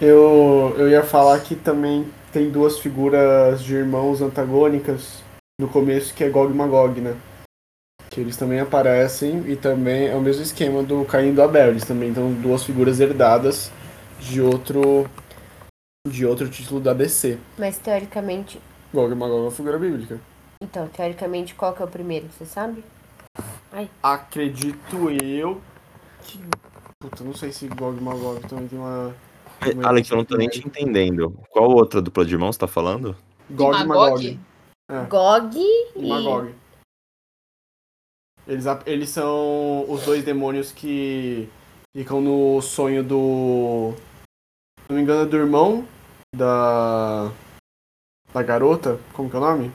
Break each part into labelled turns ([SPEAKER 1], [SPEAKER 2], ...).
[SPEAKER 1] Eu, eu ia falar que também tem duas figuras de irmãos antagônicas no começo, que é Gog e Magog, né? Que eles também aparecem e também é o mesmo esquema do Caim e do Abel. Eles também são duas figuras herdadas de outro de outro título da DC.
[SPEAKER 2] Mas teoricamente.
[SPEAKER 1] Gog e Magog é uma figura bíblica.
[SPEAKER 2] Então, teoricamente, qual que é o primeiro? Você sabe? Ai.
[SPEAKER 1] Acredito eu que. Puta, não sei se Gog e Magog também tem uma. uma
[SPEAKER 3] Alex, É, eu não tô nem te entendendo. Qual outra dupla de irmãos tá falando?
[SPEAKER 1] Gog e Magog. É.
[SPEAKER 2] Gog
[SPEAKER 1] E Magog. Eles, ap- eles são os dois demônios que ficam no sonho do. Se não me engano, é do irmão da. da garota. Como que é o nome?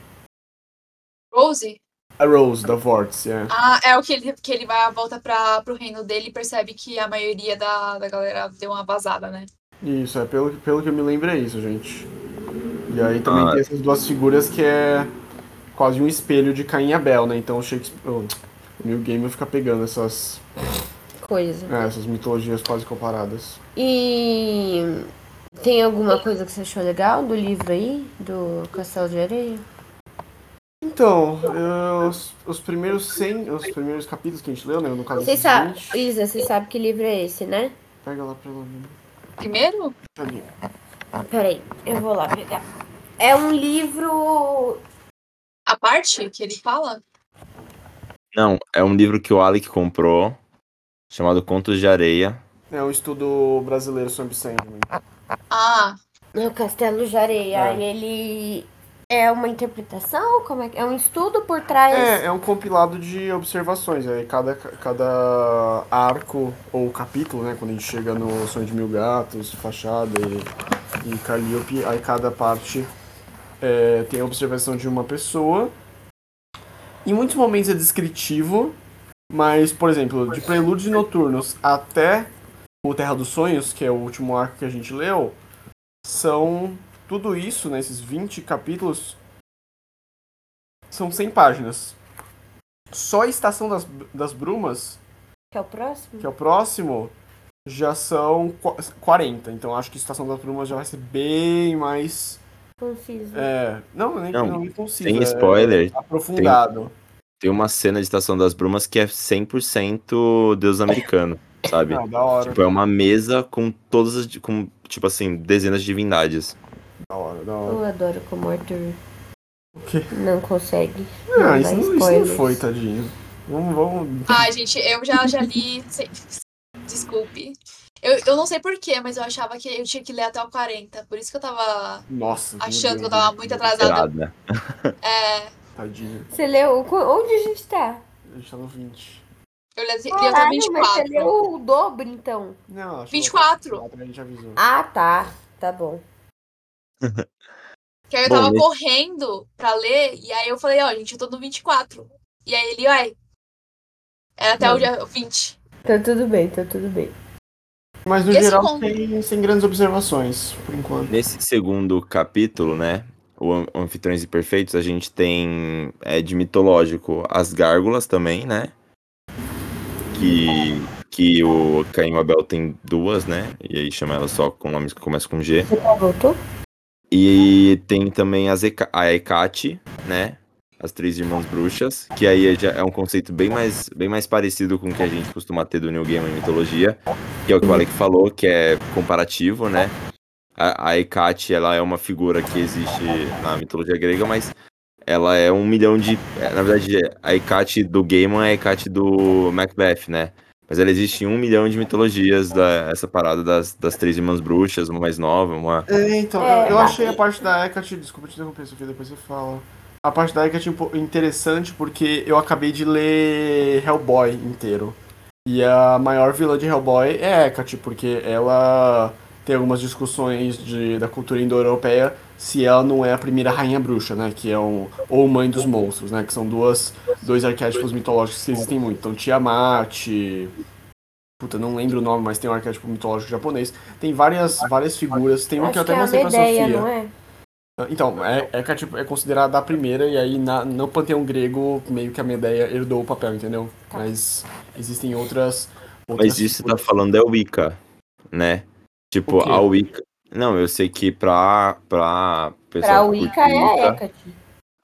[SPEAKER 4] Rose?
[SPEAKER 1] A Rose, da Vortice, é.
[SPEAKER 4] Ah, é o que ele, que ele vai volta pra, pro reino dele e percebe que a maioria da, da galera deu uma vazada, né?
[SPEAKER 1] Isso, é pelo, pelo que eu me lembro é isso, gente. E aí também
[SPEAKER 3] Ah,
[SPEAKER 1] tem essas duas figuras que é quase um espelho de Caim e Abel, né? Então o Shakespeare. O New Game fica pegando essas,
[SPEAKER 2] coisa.
[SPEAKER 1] é, essas mitologias quase comparadas.
[SPEAKER 2] E tem alguma coisa que você achou legal do livro aí? Do Castelo de Areia?
[SPEAKER 1] Então, eh, os, os primeiros 100, os primeiros capítulos que a gente leu, né? No caso,
[SPEAKER 2] Vocês
[SPEAKER 1] esses
[SPEAKER 2] sabem.
[SPEAKER 1] 20,
[SPEAKER 2] Isa, você sabe que livro é esse, né?
[SPEAKER 1] Pega lá pelo menos.
[SPEAKER 4] Primeiro?
[SPEAKER 1] Ali.
[SPEAKER 2] Peraí, eu vou lá pegar. É um livro.
[SPEAKER 4] A parte que ele fala?
[SPEAKER 3] Não, é um livro que o Alec comprou, chamado Contos de Areia.
[SPEAKER 1] É um estudo brasileiro sobre né? Sandman.
[SPEAKER 4] Ah,
[SPEAKER 2] É o Castelo de Areia.
[SPEAKER 1] É.
[SPEAKER 2] E ele é uma interpretação? Como é que. É um estudo por trás.
[SPEAKER 1] É, é um compilado de observações. Aí cada, cada arco ou capítulo, né? Quando a gente chega no Sonho de Mil Gatos, Fachada e, e Calliope, aí cada parte é, tem a observação de uma pessoa. Em muitos momentos é descritivo, mas, por exemplo, de Prelúdios e Noturnos até o Terra dos Sonhos, que é o último arco que a gente leu, são tudo isso, né, esses 20 capítulos, são 100 páginas. Só a Estação das, das Brumas,
[SPEAKER 2] Que é o próximo?
[SPEAKER 1] que é o próximo, já são qua- 40. Então acho que Estação das Brumas já vai ser bem mais.
[SPEAKER 2] Conciso.
[SPEAKER 1] É, não, nem,
[SPEAKER 3] Não,
[SPEAKER 1] não, nem consigo.
[SPEAKER 3] Sem
[SPEAKER 1] é
[SPEAKER 3] spoiler,
[SPEAKER 1] aprofundado.
[SPEAKER 3] tem uma cena de Estação das Brumas que é 100% Deus americano, sabe?
[SPEAKER 1] Ah, da hora,
[SPEAKER 3] Tipo, é uma mesa com todas as. com, tipo assim, dezenas de divindades.
[SPEAKER 1] da hora, da hora.
[SPEAKER 2] Eu adoro como o Arthur
[SPEAKER 1] O quê?
[SPEAKER 2] não consegue.
[SPEAKER 1] Ah,
[SPEAKER 2] dá
[SPEAKER 1] isso, não, isso não
[SPEAKER 2] spoilers.
[SPEAKER 1] foi, tadinho. Vamos, vamos.
[SPEAKER 4] ai, gente, eu já, já li. sei- Desculpe. Eu, eu não sei porquê, mas eu achava que eu tinha que ler até o 40. Por isso que eu tava
[SPEAKER 1] Nossa. meu
[SPEAKER 4] achando que eu
[SPEAKER 1] Deus.
[SPEAKER 4] tava muito atrasada.
[SPEAKER 3] Irada.
[SPEAKER 4] É,
[SPEAKER 1] Tadinho.
[SPEAKER 2] Você leu. co- Onde a gente tá?
[SPEAKER 1] A gente tá no 20.
[SPEAKER 4] eu li, li
[SPEAKER 2] Ah,
[SPEAKER 4] até
[SPEAKER 2] mas você
[SPEAKER 4] 24.
[SPEAKER 2] leu o dobro, então.
[SPEAKER 1] Não, acho
[SPEAKER 4] 24.
[SPEAKER 1] Que a gente avisou.
[SPEAKER 2] Ah, tá. Tá bom.
[SPEAKER 4] Que aí eu
[SPEAKER 3] Bom,
[SPEAKER 4] tava
[SPEAKER 3] né?
[SPEAKER 4] correndo pra ler, e aí eu falei, ó, gente, eu tô no 24. E aí ele, uai. Era até o dia 20.
[SPEAKER 2] Tá tudo bem, tá tudo bem.
[SPEAKER 1] Mas no
[SPEAKER 4] Esse
[SPEAKER 1] geral,
[SPEAKER 4] combo.
[SPEAKER 1] sem, sem grandes observações, por enquanto.
[SPEAKER 3] Nesse segundo capítulo, né? O Am- Anfitriões Imperfeitos, a gente tem é, de mitológico as gárgulas também, né? Que, que o Caim e o Abel tem duas, né? E aí chama elas só com nomes que começam com G.
[SPEAKER 2] Você tá voltou?
[SPEAKER 3] E tem também as Heca- a Hecate, né? As três irmãs bruxas, que aí é já é um conceito bem mais, bem mais parecido com o que a gente costuma ter do New Game em mitologia, que é o que o Alec falou, que é comparativo, né? A, a Hecate, ela é uma figura que existe na mitologia grega, mas ela é um milhão de... é, Na verdade, a Hecate do Gaiman é a Hecate do Macbeth, né? Mas ela existe em um milhão de mitologias, da, essa parada das, das três irmãs bruxas, uma mais nova, uma...
[SPEAKER 1] É, então,
[SPEAKER 2] É,
[SPEAKER 1] eu, eu
[SPEAKER 2] mas-
[SPEAKER 1] achei a parte da Hecate, desculpa te interromper, Sofia, depois você fala. A parte da Hecate um po- interessante porque eu acabei de ler Hellboy inteiro. E a maior vilã de Hellboy é a Hecate, porque ela tem algumas discussões de, da cultura indo-europeia se ela não é a primeira rainha bruxa, né? Que é um, ou mãe dos monstros, né? Que são duas, dois arquétipos mitológicos que existem muito. Então, Tiamat. Puta, não lembro o nome, mas tem um arquétipo mitológico japonês. Tem várias, várias figuras. Tem um que eu
[SPEAKER 2] Acho
[SPEAKER 1] até
[SPEAKER 2] que é a
[SPEAKER 1] mostrei pra
[SPEAKER 2] Medeia,
[SPEAKER 1] Sofia.
[SPEAKER 2] não é?
[SPEAKER 1] Então, é, é, que, tipo, é considerada a primeira, e aí na, no panteão grego, meio que a Medeia herdou o papel, entendeu?
[SPEAKER 2] Tá.
[SPEAKER 1] Mas existem outras. outras
[SPEAKER 3] Mas isso você tá
[SPEAKER 1] figuras.
[SPEAKER 3] falando é Wicca, né? Tipo,
[SPEAKER 1] O quê?
[SPEAKER 3] a Wicca. Não, eu sei que pra, pra
[SPEAKER 2] Pra
[SPEAKER 3] pessoal que curte
[SPEAKER 2] Wicca é a
[SPEAKER 1] tá?
[SPEAKER 3] Wicca,
[SPEAKER 2] Hecate.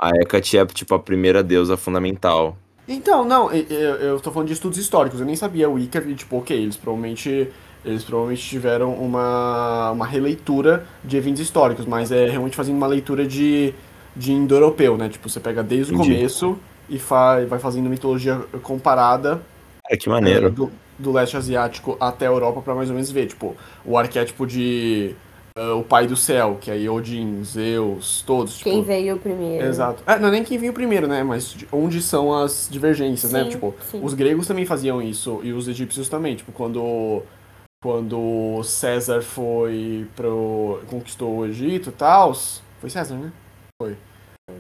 [SPEAKER 3] a Hecate é tipo a primeira deusa fundamental.
[SPEAKER 1] Então, não, e- e- eu, eu tô falando de estudos históricos, eu nem sabia o Wicca, e tipo, ok, eles provavelmente, eles provavelmente tiveram uma, uma releitura de eventos históricos, mas é realmente fazendo uma leitura de, de indo-europeu, né? Tipo, você pega desde o
[SPEAKER 3] Entendi.
[SPEAKER 1] começo e fa, e vai fazendo mitologia comparada eh,
[SPEAKER 3] Cara, que maneiro.
[SPEAKER 2] Uhum.
[SPEAKER 1] do, do leste asiático até a Europa pra mais ou menos ver, tipo, o arquétipo de ah, o pai do céu, que aí é Odin, Zeus, todos, tipo,
[SPEAKER 2] Quem veio primeiro.
[SPEAKER 1] Exato. É, não é nem quem veio primeiro, né? Mas de- onde são as divergências, né?
[SPEAKER 2] Sim,
[SPEAKER 1] Tipo,
[SPEAKER 2] sim.
[SPEAKER 1] os gregos também faziam isso e os egípcios também. Tipo, quando, quando César foi pro. conquistou o Egito e tal. Foi César, né? Foi.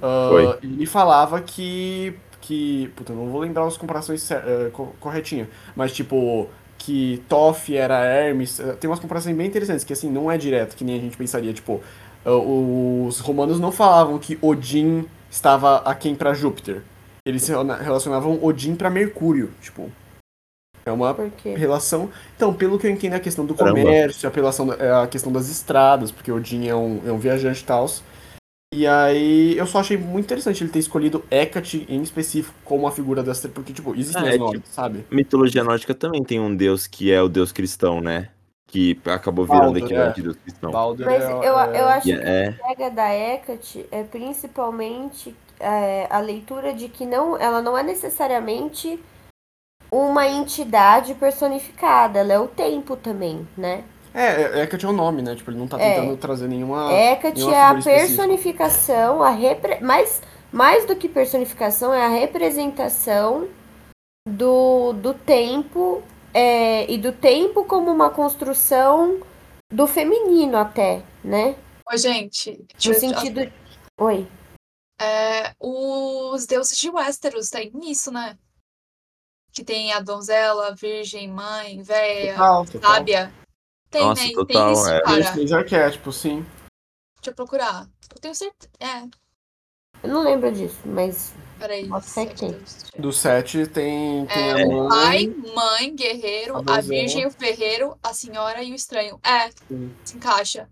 [SPEAKER 1] Ah,
[SPEAKER 3] Foi.
[SPEAKER 1] Ele falava que. que puta, eu não vou lembrar as comparações cer- eh, co- corretinhas. Mas, tipo. Que Toff era Hermes. eh, Tem umas comparações bem interessantes, que assim, não é direto, que nem a gente pensaria. Tipo, Uh, os romanos não falavam que Odin estava aquém para Júpiter. Eles se rela- relacionavam Odin para Mercúrio, tipo. É uma
[SPEAKER 2] Por quê?
[SPEAKER 1] relação. Então, pelo que eu entendo, é a questão do
[SPEAKER 3] Caramba.
[SPEAKER 1] comércio, a relação da- é a questão das estradas, porque Odin é um, é um viajante e tal. E aí, eu só achei muito interessante ele ter escolhido Hecate em específico como a figura das três, porque, tipo, existem
[SPEAKER 3] Ah,
[SPEAKER 1] as
[SPEAKER 3] é,
[SPEAKER 1] nomes, sabe?
[SPEAKER 3] Mitologia nórdica também tem um deus que é o deus cristão, né? Que acabou virando
[SPEAKER 1] Baldur,
[SPEAKER 3] equivalente
[SPEAKER 1] é.
[SPEAKER 3] de deus cristão.
[SPEAKER 1] Baldur
[SPEAKER 2] Mas
[SPEAKER 1] é-
[SPEAKER 2] eu,
[SPEAKER 1] é-
[SPEAKER 2] eu acho
[SPEAKER 3] E é,
[SPEAKER 2] que a pega da Hecate é principalmente é, a leitura de que não, ela não é necessariamente uma entidade personificada, ela é o tempo também, né?
[SPEAKER 1] É, é, Hecate é o nome, né? Tipo, ele não tá
[SPEAKER 2] É.
[SPEAKER 1] tentando trazer nenhuma.
[SPEAKER 2] Hecate
[SPEAKER 1] nenhuma
[SPEAKER 2] é a
[SPEAKER 1] figura específica.
[SPEAKER 2] personificação, a repre... mais, mais do que personificação, é a representação do, do tempo é, e do tempo como uma construção do feminino até, né?
[SPEAKER 4] Ô, gente, deixa
[SPEAKER 2] No
[SPEAKER 4] eu-
[SPEAKER 2] sentido. Oi.
[SPEAKER 4] é, os deuses de Westeros tem isso, né? Que tem a donzela, virgem, mãe,
[SPEAKER 2] É,
[SPEAKER 4] véia,
[SPEAKER 1] Total, total.
[SPEAKER 4] sábia. Tem,
[SPEAKER 3] Nossa,
[SPEAKER 4] né?
[SPEAKER 3] total,
[SPEAKER 4] tem isso,
[SPEAKER 3] é.
[SPEAKER 1] Tem
[SPEAKER 4] cara.
[SPEAKER 1] os três arquétipos, sim.
[SPEAKER 4] Deixa eu procurar. Eu tenho certeza. É,
[SPEAKER 2] Eu não lembro disso, mas.
[SPEAKER 4] peraí.
[SPEAKER 2] Nossa,
[SPEAKER 4] sete
[SPEAKER 2] aqui.
[SPEAKER 4] deuses.
[SPEAKER 1] Do 7 tem, tem
[SPEAKER 4] É,
[SPEAKER 1] a
[SPEAKER 4] o
[SPEAKER 1] mãe.
[SPEAKER 4] pai, mãe, guerreiro,
[SPEAKER 1] a
[SPEAKER 4] a,
[SPEAKER 1] donzela.
[SPEAKER 4] virgem, o ferreiro, a senhora e o estranho. É,
[SPEAKER 1] Sim.
[SPEAKER 4] se encaixa.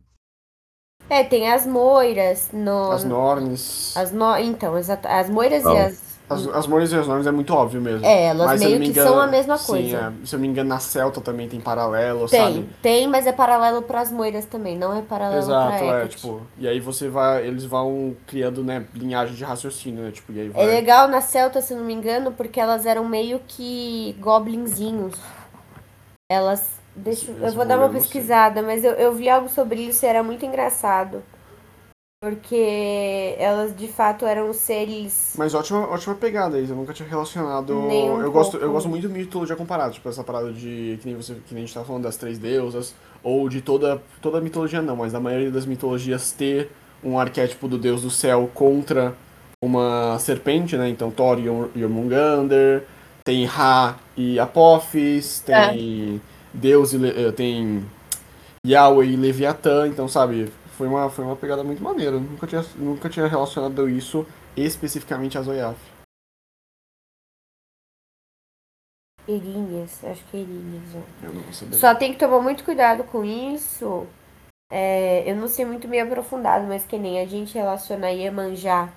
[SPEAKER 2] É, tem as moiras. No...
[SPEAKER 1] As Nornes. As,
[SPEAKER 2] as no- Então, exato. As moiras e
[SPEAKER 3] Não.
[SPEAKER 2] as.
[SPEAKER 1] as Nornes e as Nornes é muito óbvio mesmo.
[SPEAKER 2] É, elas
[SPEAKER 1] Mas, se eu
[SPEAKER 2] meio
[SPEAKER 1] não
[SPEAKER 2] que
[SPEAKER 1] me engano-
[SPEAKER 2] são a mesma
[SPEAKER 1] sim,
[SPEAKER 2] coisa.
[SPEAKER 1] é. se eu não me engano, na Celta também tem paralelo,
[SPEAKER 2] Tem,
[SPEAKER 1] sabe?
[SPEAKER 2] tem, mas é paralelo pras moiras também, não é paralelo pra
[SPEAKER 1] Exato, é,
[SPEAKER 2] Hecate.
[SPEAKER 1] tipo. E aí você vai. Eles vão criando, né, linhagem de raciocínio, né? Tipo, e aí vai.
[SPEAKER 2] É legal na Celta, se eu não me engano, porque elas eram meio que goblinzinhos. Elas. Deixa, eu- eu
[SPEAKER 1] Esse
[SPEAKER 2] vou dar uma
[SPEAKER 1] rolê eu não sei.
[SPEAKER 2] pesquisada, mas eu, eu vi algo sobre isso e era muito engraçado. Porque elas de fato eram seres.
[SPEAKER 1] Mas ótima, ótima pegada, Isa. Eu nunca tinha relacionado.
[SPEAKER 2] Nem um
[SPEAKER 1] eu, gosto, eu
[SPEAKER 2] pouco.
[SPEAKER 1] gosto muito de mitologia comparada, tipo, essa parada de. Que nem, você, que nem a gente tá falando das três deusas, ou de toda. Toda a mitologia não, mas da maioria das mitologias ter um arquétipo do deus do céu contra uma serpente, né? Então Thor e Yor- Jormungandr, tem Ra e Apophis,
[SPEAKER 2] É.
[SPEAKER 1] tem Deus e. Le- eh, tem Yahweh e Leviatã, então sabe, foi uma, foi uma pegada muito maneira. Eu Nunca tinha, nunca tinha relacionado isso especificamente a Zoyaf.
[SPEAKER 2] Erinhas, acho que é erinhas. ó.
[SPEAKER 1] Eu não vou saber.
[SPEAKER 2] Só tem que tomar muito cuidado com isso. É, eu não sei muito meio aprofundado, mas que nem a gente relaciona Iemanjá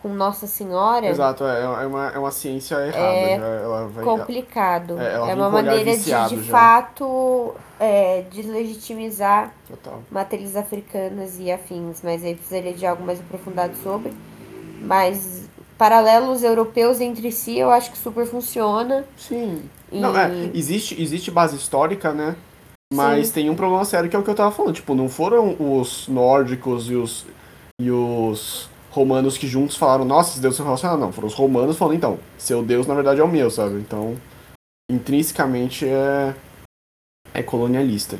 [SPEAKER 2] com Nossa Senhora.
[SPEAKER 1] Exato, é, é, uma, é uma ciência errada.
[SPEAKER 2] É,
[SPEAKER 1] já, ela vai,
[SPEAKER 2] complicado.
[SPEAKER 1] É,
[SPEAKER 2] É,
[SPEAKER 1] ela vem
[SPEAKER 2] uma
[SPEAKER 1] com o olhar
[SPEAKER 2] maneira de,
[SPEAKER 1] viciado
[SPEAKER 2] de
[SPEAKER 1] já.
[SPEAKER 2] fato, é, deslegitimizar
[SPEAKER 1] total.
[SPEAKER 2] matrizes africanas e afins, mas aí precisaria de algo mais aprofundado sobre. Mas paralelos europeus entre si, eu acho que super funciona.
[SPEAKER 1] Sim.
[SPEAKER 2] E
[SPEAKER 1] Não, é, existe, existe base histórica, né? Mas tem um problema sério que é o que eu tava falando. Tipo, não foram os nórdicos e os, e os romanos que juntos falaram, nossa, esses deuses são relacionados. assim, ah, Não, foram os romanos falando, então, seu deus na verdade é o meu, sabe? Então, intrinsecamente é, é colonialista.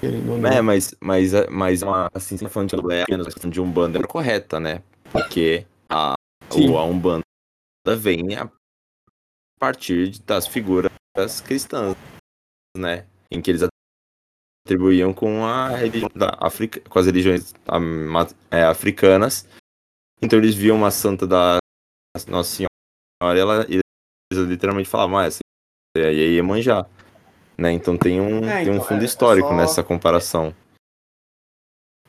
[SPEAKER 1] Querendo ou não.
[SPEAKER 3] é mas, mas, mas uma, assim, você falando de Umbanda, menos questão de Umbanda é correta, né? Porque a,
[SPEAKER 1] Sim.
[SPEAKER 3] o, a Umbanda vem a partir de- das figuras cristãs, né? Em que eles atribuíam com a religião da África, com as religiões ama- é, africanas. Então eles viam uma santa da Nossa Senhora, e ela, eles literalmente falavam, ah, essa é a Iemanjá. Né? Então tem um,
[SPEAKER 1] É,
[SPEAKER 3] tem um
[SPEAKER 1] então,
[SPEAKER 3] fundo
[SPEAKER 1] é, é
[SPEAKER 3] histórico
[SPEAKER 1] só-
[SPEAKER 3] nessa comparação.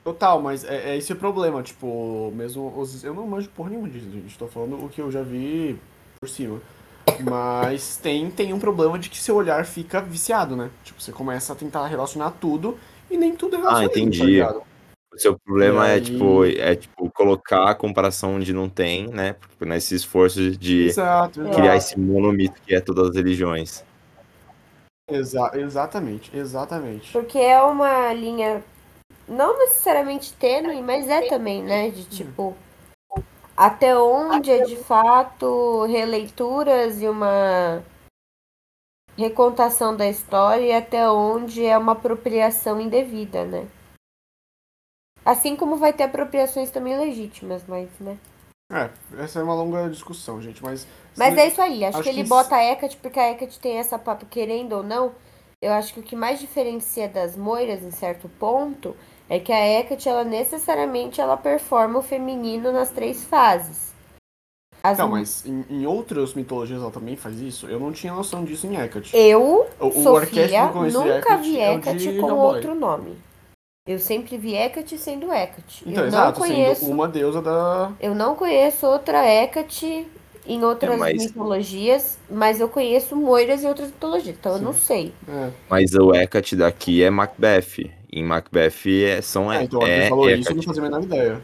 [SPEAKER 1] Total, mas é, é esse o problema, tipo, mesmo os, eu não manjo porra nenhuma disso, gente, tô falando o que eu já vi por cima. Mas tem, tem um problema de que seu olhar fica viciado, né? Tipo, você começa a tentar relacionar tudo e nem tudo é relacionado,
[SPEAKER 3] Ah, entendi. O seu problema
[SPEAKER 1] E
[SPEAKER 3] é,
[SPEAKER 1] aí-
[SPEAKER 3] tipo, é tipo colocar a comparação onde não tem, né? Tipo, Nesse esforço de
[SPEAKER 1] Exato, exato.
[SPEAKER 3] criar esse monomito que é todas as religiões.
[SPEAKER 1] Exa- exatamente, exatamente.
[SPEAKER 2] Porque é uma linha não necessariamente tênue, mas é também, né? De tipo, até onde é de fato releituras e uma recontação da história e até onde é uma apropriação indevida, né? Assim como vai ter apropriações também legítimas, mas, né?
[SPEAKER 1] É, essa é uma longa discussão, gente, mas.
[SPEAKER 2] Mas é isso aí, acho,
[SPEAKER 1] Acho
[SPEAKER 2] que ele
[SPEAKER 1] que
[SPEAKER 2] bota a Hecate porque a Hecate tem essa papo, querendo ou não. Eu acho que o que mais diferencia das moiras, em certo ponto, é que a Hecate, ela necessariamente, ela performa o feminino nas três fases. As
[SPEAKER 1] Não, Então, mas em, em outras mitologias ela também faz isso? Eu não tinha noção disso em Hecate.
[SPEAKER 2] Eu,
[SPEAKER 1] O, o
[SPEAKER 2] Sofia,
[SPEAKER 1] arquétipo que eu conheço de
[SPEAKER 2] nunca
[SPEAKER 1] Hecate
[SPEAKER 2] vi
[SPEAKER 1] é o
[SPEAKER 2] Hecate
[SPEAKER 1] de
[SPEAKER 2] com
[SPEAKER 1] Hellboy.
[SPEAKER 2] outro nome. Eu sempre vi Hecate sendo Hecate.
[SPEAKER 1] Então,
[SPEAKER 2] eu
[SPEAKER 1] exato,
[SPEAKER 2] não conheço,
[SPEAKER 1] sendo uma deusa da.
[SPEAKER 2] eu não conheço outra Hecate em outras
[SPEAKER 3] É, mas-
[SPEAKER 2] mitologias, mas eu conheço moiras em outras mitologias, então eu não sei.
[SPEAKER 1] É.
[SPEAKER 3] Mas o Hecate daqui é Macbeth. Em Macbeth é, são
[SPEAKER 1] Ah,
[SPEAKER 3] é,
[SPEAKER 1] então,
[SPEAKER 3] é
[SPEAKER 1] alguém falou isso, eu não
[SPEAKER 3] Hecate.
[SPEAKER 1] fazia a menor ideia.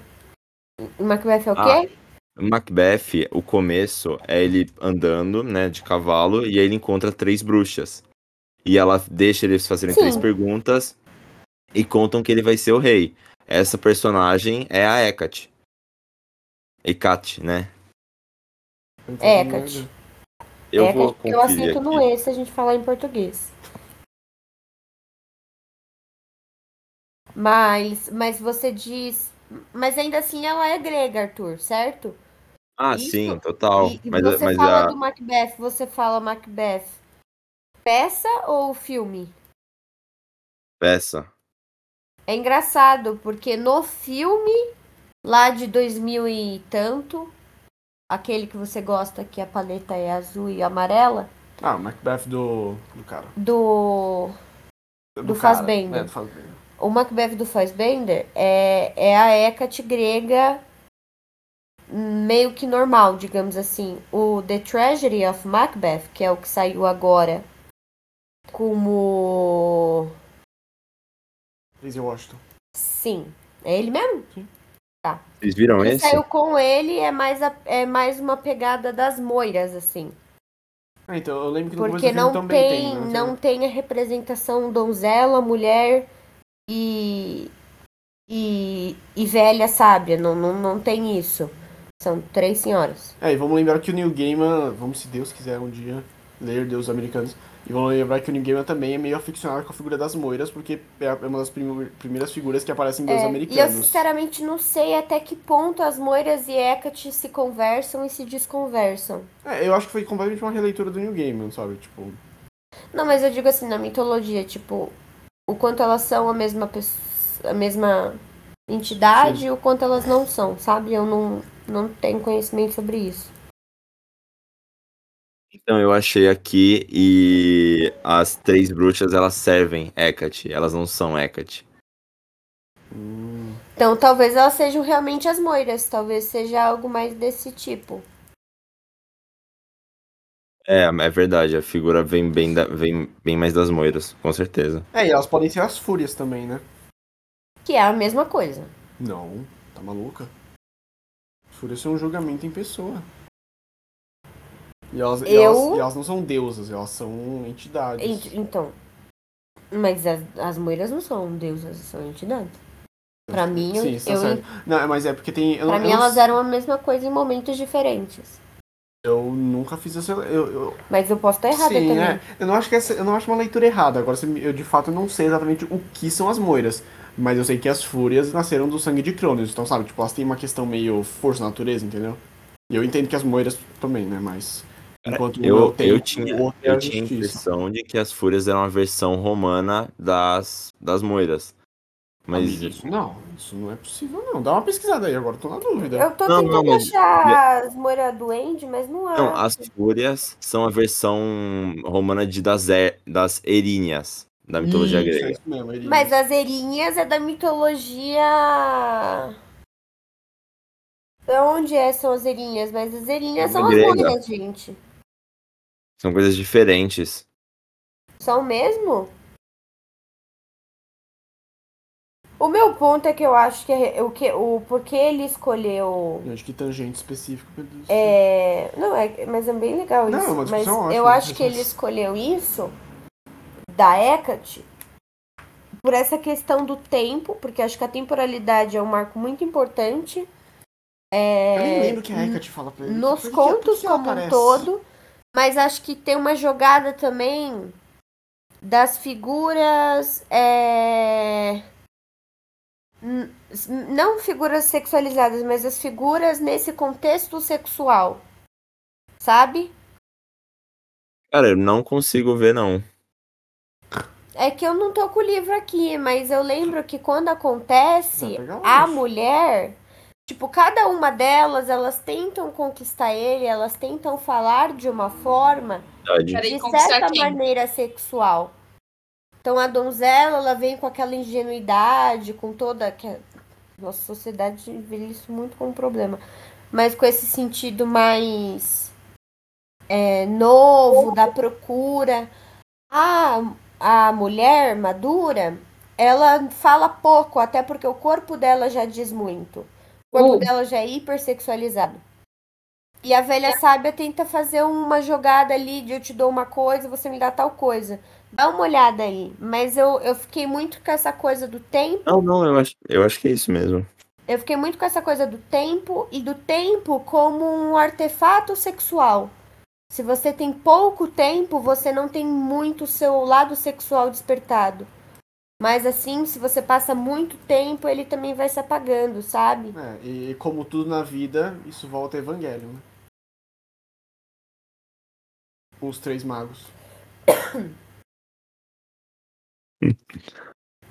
[SPEAKER 2] Macbeth é o
[SPEAKER 3] Ah,
[SPEAKER 2] quê?
[SPEAKER 3] Macbeth, o começo é ele andando, né, de cavalo, e aí ele encontra três bruxas. E ela deixa eles fazerem
[SPEAKER 2] Sim.
[SPEAKER 3] três perguntas e contam que ele vai ser o rei. Essa personagem é a Hecate. Hecate, né?
[SPEAKER 1] Eu não fazia
[SPEAKER 2] É,
[SPEAKER 1] a menor
[SPEAKER 2] Hecate.
[SPEAKER 1] ideia.
[SPEAKER 3] Eu
[SPEAKER 2] é,
[SPEAKER 3] vou
[SPEAKER 2] que eu
[SPEAKER 3] conferir
[SPEAKER 2] assento
[SPEAKER 3] aqui.
[SPEAKER 2] no E se a gente falar em português. Mas, mas você diz. Mas ainda assim ela é grega, Arthur, certo?
[SPEAKER 3] Ah,
[SPEAKER 2] Isso.
[SPEAKER 3] sim, total.
[SPEAKER 2] e, e
[SPEAKER 3] mas é,
[SPEAKER 2] você
[SPEAKER 3] mas
[SPEAKER 2] fala
[SPEAKER 3] a,
[SPEAKER 2] do Macbeth, você fala Macbeth. Peça ou filme?
[SPEAKER 3] peça.
[SPEAKER 2] É engraçado, porque no filme, lá de 2000 e tanto, aquele que você gosta que a paleta é azul e amarela,
[SPEAKER 1] Ah, Macbeth do. do cara.
[SPEAKER 2] do
[SPEAKER 1] Do,
[SPEAKER 2] Do
[SPEAKER 1] cara.
[SPEAKER 2] Fassbender.
[SPEAKER 1] É, do Fassbender.
[SPEAKER 2] O Macbeth do Fassbender é, é a Hecate grega meio que normal, digamos assim. O The Tragedy of Macbeth, que é o que saiu agora como...
[SPEAKER 1] Daisy Washington.
[SPEAKER 2] Sim, é ele mesmo?
[SPEAKER 3] Vocês viram
[SPEAKER 2] O que
[SPEAKER 3] esse?
[SPEAKER 2] saiu com ele é mais, a- é mais uma pegada das moiras, assim.
[SPEAKER 1] Ah, então eu lembro que no
[SPEAKER 2] Porque
[SPEAKER 1] começo do filme
[SPEAKER 2] não tem,
[SPEAKER 1] também tem. né?
[SPEAKER 2] não tem a representação donzela, mulher e e, e velha sábia, não, não, não tem isso. São três senhoras.
[SPEAKER 1] É, e vamos lembrar que o Neil Gaiman, vamos se Deus quiser um dia ler Deus Americanos, e vamos lembrar que o Neil Gaiman também é meio aficionado com a figura das moiras, porque é a- é uma das primo- primeiras figuras que aparecem em Deus
[SPEAKER 2] É, e eu
[SPEAKER 1] Americanos.
[SPEAKER 2] sinceramente não sei até que ponto as moiras e Hecate se conversam e se desconversam.
[SPEAKER 1] É, eu acho que foi completamente uma releitura do Neil Gaiman, sabe? Tipo,
[SPEAKER 2] Não, mas eu digo assim, na mitologia, tipo, o quanto elas são a mesma pessoa, a mesma entidade
[SPEAKER 1] Sim.
[SPEAKER 2] e o quanto elas não são, sabe? Eu não, não tenho conhecimento sobre isso.
[SPEAKER 3] Então, eu achei aqui e as três bruxas elas servem Hecate, elas não são Hecate.
[SPEAKER 1] hum,
[SPEAKER 2] Então, talvez elas sejam realmente as moiras, talvez seja algo mais desse tipo.
[SPEAKER 3] É, é verdade, a figura vem bem, da- vem bem mais das moiras, com certeza.
[SPEAKER 1] É, e elas podem ser as fúrias também, né?
[SPEAKER 2] Que é a mesma coisa.
[SPEAKER 1] Não, tá maluca? As fúrias são um julgamento em pessoa. E elas, e
[SPEAKER 2] Eu-
[SPEAKER 1] elas, e elas não são deusas, elas são entidades.
[SPEAKER 2] Ent- Então. Mas as, as moiras não são deusas, são entidades. Pra mim, eu-
[SPEAKER 1] Sim, isso tá
[SPEAKER 2] eu,
[SPEAKER 1] certo. Não, mas é porque tem. Eu,
[SPEAKER 2] pra
[SPEAKER 1] não-
[SPEAKER 2] mim
[SPEAKER 1] eu não
[SPEAKER 2] elas eram a mesma coisa em momentos diferentes.
[SPEAKER 1] Eu nunca fiz essa. Eu, eu-
[SPEAKER 2] Mas eu posso estar errada
[SPEAKER 1] sim,
[SPEAKER 2] também.
[SPEAKER 1] é. Eu não acho que essa, eu não acho uma leitura errada. Agora, se me- eu de fato não sei exatamente o que são as moiras, mas eu sei que as fúrias nasceram do sangue de Cronos, então sabe, tipo, elas têm uma questão meio força natureza, entendeu? E eu entendo que as moiras também, né? Mas enquanto uma
[SPEAKER 3] Eu,
[SPEAKER 1] tem
[SPEAKER 3] eu tinha,
[SPEAKER 1] o outro é a
[SPEAKER 3] eu tinha a
[SPEAKER 1] justiça.
[SPEAKER 3] impressão de que as fúrias eram a versão romana das, das moiras. Mas
[SPEAKER 1] Amigo, isso não, isso não é possível não. Dá uma pesquisada aí agora, tô na dúvida.
[SPEAKER 2] Eu tô
[SPEAKER 3] Não,
[SPEAKER 2] tentando
[SPEAKER 3] não, mas- é.
[SPEAKER 2] achar as Moira Duende, mas não há.
[SPEAKER 3] Não, então, as fúrias são a versão romana de das, er, das eríneas da mitologia
[SPEAKER 1] Isso, é
[SPEAKER 3] grega.
[SPEAKER 1] isso mesmo, ele-
[SPEAKER 2] Mas as Erinhas é da mitologia. Da onde é, são as Erinhas? Mas as Erinhas são as
[SPEAKER 3] Grega.
[SPEAKER 2] loiras, gente.
[SPEAKER 3] São coisas diferentes.
[SPEAKER 2] São mesmo? O meu ponto é que eu acho que, é- o, que o porquê ele escolheu.
[SPEAKER 1] Eu acho que tangente específico pra isso.
[SPEAKER 2] É, não, é, mas é bem legal
[SPEAKER 1] Não,
[SPEAKER 2] isso.
[SPEAKER 1] é uma
[SPEAKER 2] mas
[SPEAKER 1] discussão
[SPEAKER 2] eu
[SPEAKER 1] ótima,
[SPEAKER 2] acho que ele escolheu isso da Hecate por essa questão do tempo, porque acho que a temporalidade é um marco muito importante.
[SPEAKER 1] Eu nem
[SPEAKER 2] É,
[SPEAKER 1] lembro o que a Hecate fala pra ele.
[SPEAKER 2] nos
[SPEAKER 1] Por que- por que
[SPEAKER 2] contos
[SPEAKER 1] que ela
[SPEAKER 2] como um
[SPEAKER 1] aparece?
[SPEAKER 2] todo, mas acho que tem uma jogada também das figuras é, n- s- não figuras sexualizadas, mas as figuras nesse contexto sexual, sabe?
[SPEAKER 3] Cara, eu não consigo ver, não.
[SPEAKER 2] É que eu não tô com o livro aqui, mas eu lembro que quando
[SPEAKER 1] Dá pra
[SPEAKER 2] acontece,
[SPEAKER 1] pegar
[SPEAKER 2] assim, a
[SPEAKER 1] hoje.
[SPEAKER 2] mulher, tipo, cada uma delas, elas tentam conquistar ele, elas tentam falar de uma forma
[SPEAKER 3] Verdade.
[SPEAKER 4] Peraí, é
[SPEAKER 2] de
[SPEAKER 4] conquistar
[SPEAKER 2] certa
[SPEAKER 4] quem?
[SPEAKER 2] maneira sexual. Então a donzela, ela vem com aquela ingenuidade, com toda que a nossa sociedade vê isso muito como problema, mas com esse sentido mais é, novo da procura. A a mulher madura, ela fala pouco, até porque o corpo dela já diz muito. O corpo
[SPEAKER 4] Uh.
[SPEAKER 2] dela já é hipersexualizado. E a velha sábia tenta fazer uma jogada ali de eu te dou uma coisa, você me dá tal coisa. Dá uma olhada aí. Mas eu, eu fiquei muito com essa coisa do tempo.
[SPEAKER 3] Não, não, eu acho, eu acho que é isso mesmo.
[SPEAKER 2] Eu fiquei muito com essa coisa do tempo e do tempo como um artefato sexual. Se você tem pouco tempo, você não tem muito o seu lado sexual despertado. Mas assim, se você passa muito tempo, ele também vai se apagando, sabe?
[SPEAKER 1] É, e como tudo na vida, isso volta a Evangelho, né? Os três magos.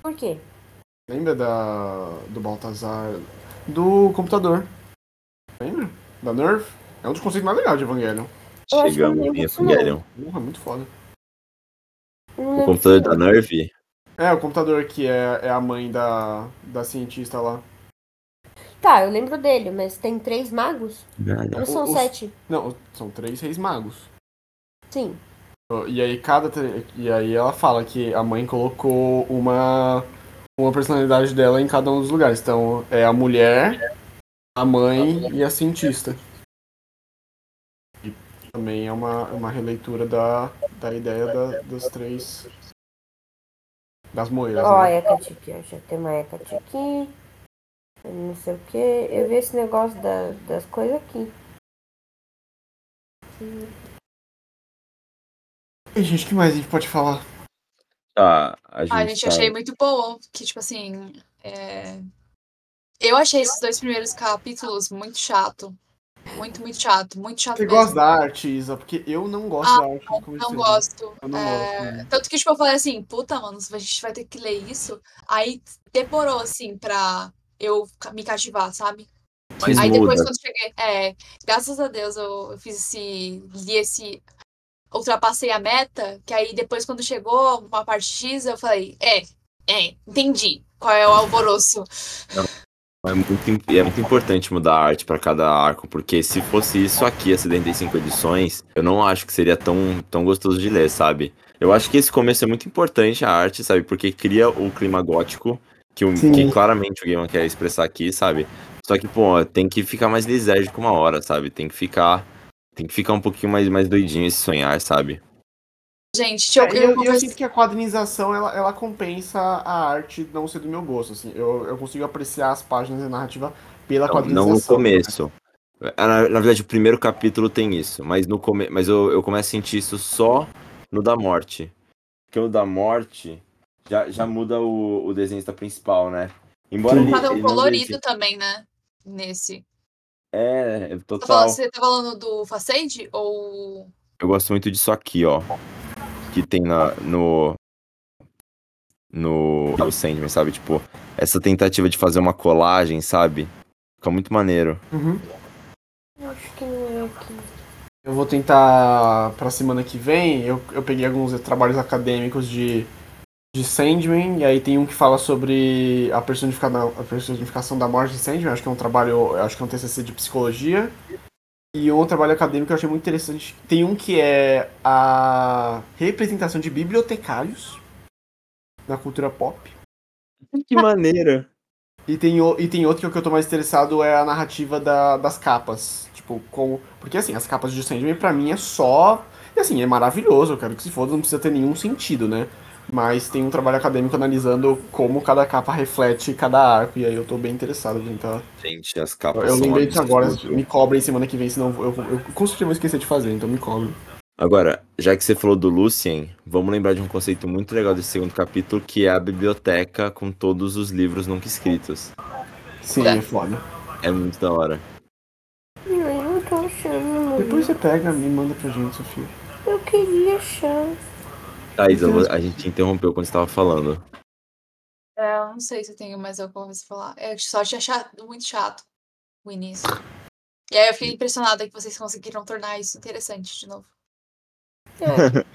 [SPEAKER 2] Por quê?
[SPEAKER 1] Lembra da. do Baltazar. do computador. Lembra? Da Nerf? É um dos conceitos mais legais de Evangelho.
[SPEAKER 2] Eu acho que eu não
[SPEAKER 3] Chegamos
[SPEAKER 2] lembro
[SPEAKER 3] em
[SPEAKER 2] disso, não.
[SPEAKER 3] Evangelion.
[SPEAKER 1] Porra, é muito foda.
[SPEAKER 2] Eu não
[SPEAKER 3] O
[SPEAKER 2] lembro
[SPEAKER 3] computador tá
[SPEAKER 2] disso,
[SPEAKER 3] da Nerve?
[SPEAKER 1] É, o computador que é, é a mãe da, da cientista lá.
[SPEAKER 2] não. Tá, eu lembro dele, mas tem três magos? Não são
[SPEAKER 1] Os-
[SPEAKER 2] sete?
[SPEAKER 1] Não, são três reis magos.
[SPEAKER 2] Sim.
[SPEAKER 1] E aí cada tre- e aí ela fala que a mãe colocou uma uma personalidade dela em cada um dos lugares. Então é a mulher, a mãe e a cientista. E também é uma, uma releitura da, da ideia da, das três das moedas.
[SPEAKER 2] Ó, é
[SPEAKER 1] Né?
[SPEAKER 2] Hecate aqui, ó. Já tem uma Hecate aqui. Eu Não sei o que. Eu vi esse negócio da- das coisas aqui.
[SPEAKER 1] E, gente, o que mais a gente pode falar?
[SPEAKER 3] Tá, a gente,
[SPEAKER 4] Ah, gente,
[SPEAKER 3] tá-
[SPEAKER 4] achei muito bom, que, tipo assim, é, eu achei esses dois primeiros capítulos muito chato. Muito, muito chato, muito chato
[SPEAKER 1] Você
[SPEAKER 4] mesmo.
[SPEAKER 1] gosta da arte, Isa? Porque eu não gosto
[SPEAKER 4] Ah,
[SPEAKER 1] da arte. como
[SPEAKER 4] Não
[SPEAKER 1] esse-
[SPEAKER 4] gosto.
[SPEAKER 1] Eu não
[SPEAKER 4] é,
[SPEAKER 1] gosto. né?
[SPEAKER 4] Tanto que, tipo, eu falei assim, puta, mano, a gente vai ter que ler isso. Aí demorou, assim, pra eu ca- me cativar, sabe?
[SPEAKER 3] Mas
[SPEAKER 4] Aí depois,
[SPEAKER 3] muda.
[SPEAKER 4] quando cheguei, é, graças a Deus eu eu fiz esse, li esse, ultrapassei a meta, que aí depois, quando chegou uma parte X, eu falei, é, é, entendi qual é o alvoroço.
[SPEAKER 3] É muito, im- é muito importante mudar a arte pra cada arco, porque se fosse isso aqui, as 75 edições, eu não acho que seria tão, tão gostoso de ler, sabe? Eu acho que esse começo é muito importante, a arte, sabe? Porque cria o clima gótico, que, o-
[SPEAKER 1] Sim.
[SPEAKER 3] que claramente o Gaiman quer expressar aqui, sabe? Só que, pô, tem que ficar mais lisérgico uma hora, sabe? Tem que ficar. Tem que ficar um pouquinho mais, mais doidinho esse sonhar, sabe?
[SPEAKER 4] Gente, deixa eu,
[SPEAKER 1] É, e eu,
[SPEAKER 4] eu
[SPEAKER 1] eu
[SPEAKER 4] confesso-
[SPEAKER 1] sinto que a quadrinização ela, ela compensa a arte não ser do meu gosto. Assim, eu, eu consigo apreciar as páginas e narrativa pela
[SPEAKER 3] Não,
[SPEAKER 1] quadrinização.
[SPEAKER 3] não no
[SPEAKER 1] né?
[SPEAKER 3] começo. Ah, Na, na verdade, o primeiro capítulo tem isso, mas, no come, mas eu, eu começo a sentir isso só no da morte. Porque o da morte já, já muda o, o desenhista principal, né? Embora
[SPEAKER 1] Sim.
[SPEAKER 3] ele,
[SPEAKER 4] cada um
[SPEAKER 3] ele não
[SPEAKER 4] colorido
[SPEAKER 3] deixe-
[SPEAKER 4] também, né? Nesse.
[SPEAKER 3] É, é
[SPEAKER 4] Tá falando-
[SPEAKER 3] total.
[SPEAKER 4] você tá falando do Facade ou
[SPEAKER 3] Eu gosto muito disso aqui, ó. Que tem na, no. no no Sandman, sabe? Tipo, essa tentativa de fazer uma colagem, sabe? Fica muito maneiro.
[SPEAKER 1] Uhum.
[SPEAKER 2] Acho que não é aqui.
[SPEAKER 1] Eu vou tentar pra semana que vem. Eu, eu peguei alguns trabalhos acadêmicos de, de Sandman, e aí tem um que fala sobre a personificação, a personificação da morte de Sandman. Acho que é um trabalho, acho que é um TCC de psicologia. E um trabalho acadêmico que eu achei muito interessante. Tem um que é a representação de bibliotecários na cultura pop.
[SPEAKER 3] Que maneiro.
[SPEAKER 1] E tem, o- e tem outro que o que eu tô mais interessado é a narrativa da- das capas. Tipo, com. Porque assim, as capas de Sandman pra mim é só. E assim, é maravilhoso, eu quero que se foda, não precisa ter nenhum sentido, né? Mas tem um trabalho acadêmico analisando como cada capa reflete cada arco, e aí eu tô bem interessado em tentar.
[SPEAKER 3] Gente, as capas
[SPEAKER 1] Eu
[SPEAKER 3] são
[SPEAKER 1] lembrei disso agora,
[SPEAKER 3] absurdas.
[SPEAKER 1] me cobrem semana que vem, senão eu, eu, eu com certeza vou esquecer de fazer, então me cobrem.
[SPEAKER 3] Agora, já que você falou do Lucien, vamos lembrar de um conceito muito legal desse segundo capítulo, que é a biblioteca com todos os livros nunca escritos.
[SPEAKER 1] Sim, é foda.
[SPEAKER 3] É muito da hora.
[SPEAKER 2] Não, eu não tô achando.
[SPEAKER 1] Depois você pega e manda pra gente, Sofia.
[SPEAKER 2] Eu queria achar.
[SPEAKER 3] Thaís, eu vou- a gente interrompeu quando você tava falando.
[SPEAKER 4] É, eu não sei se eu tenho mais alguma coisa pra falar. Eu só achei chato- muito chato o início. E aí eu fiquei impressionada que vocês conseguiram tornar isso interessante de novo. É.
[SPEAKER 2] É.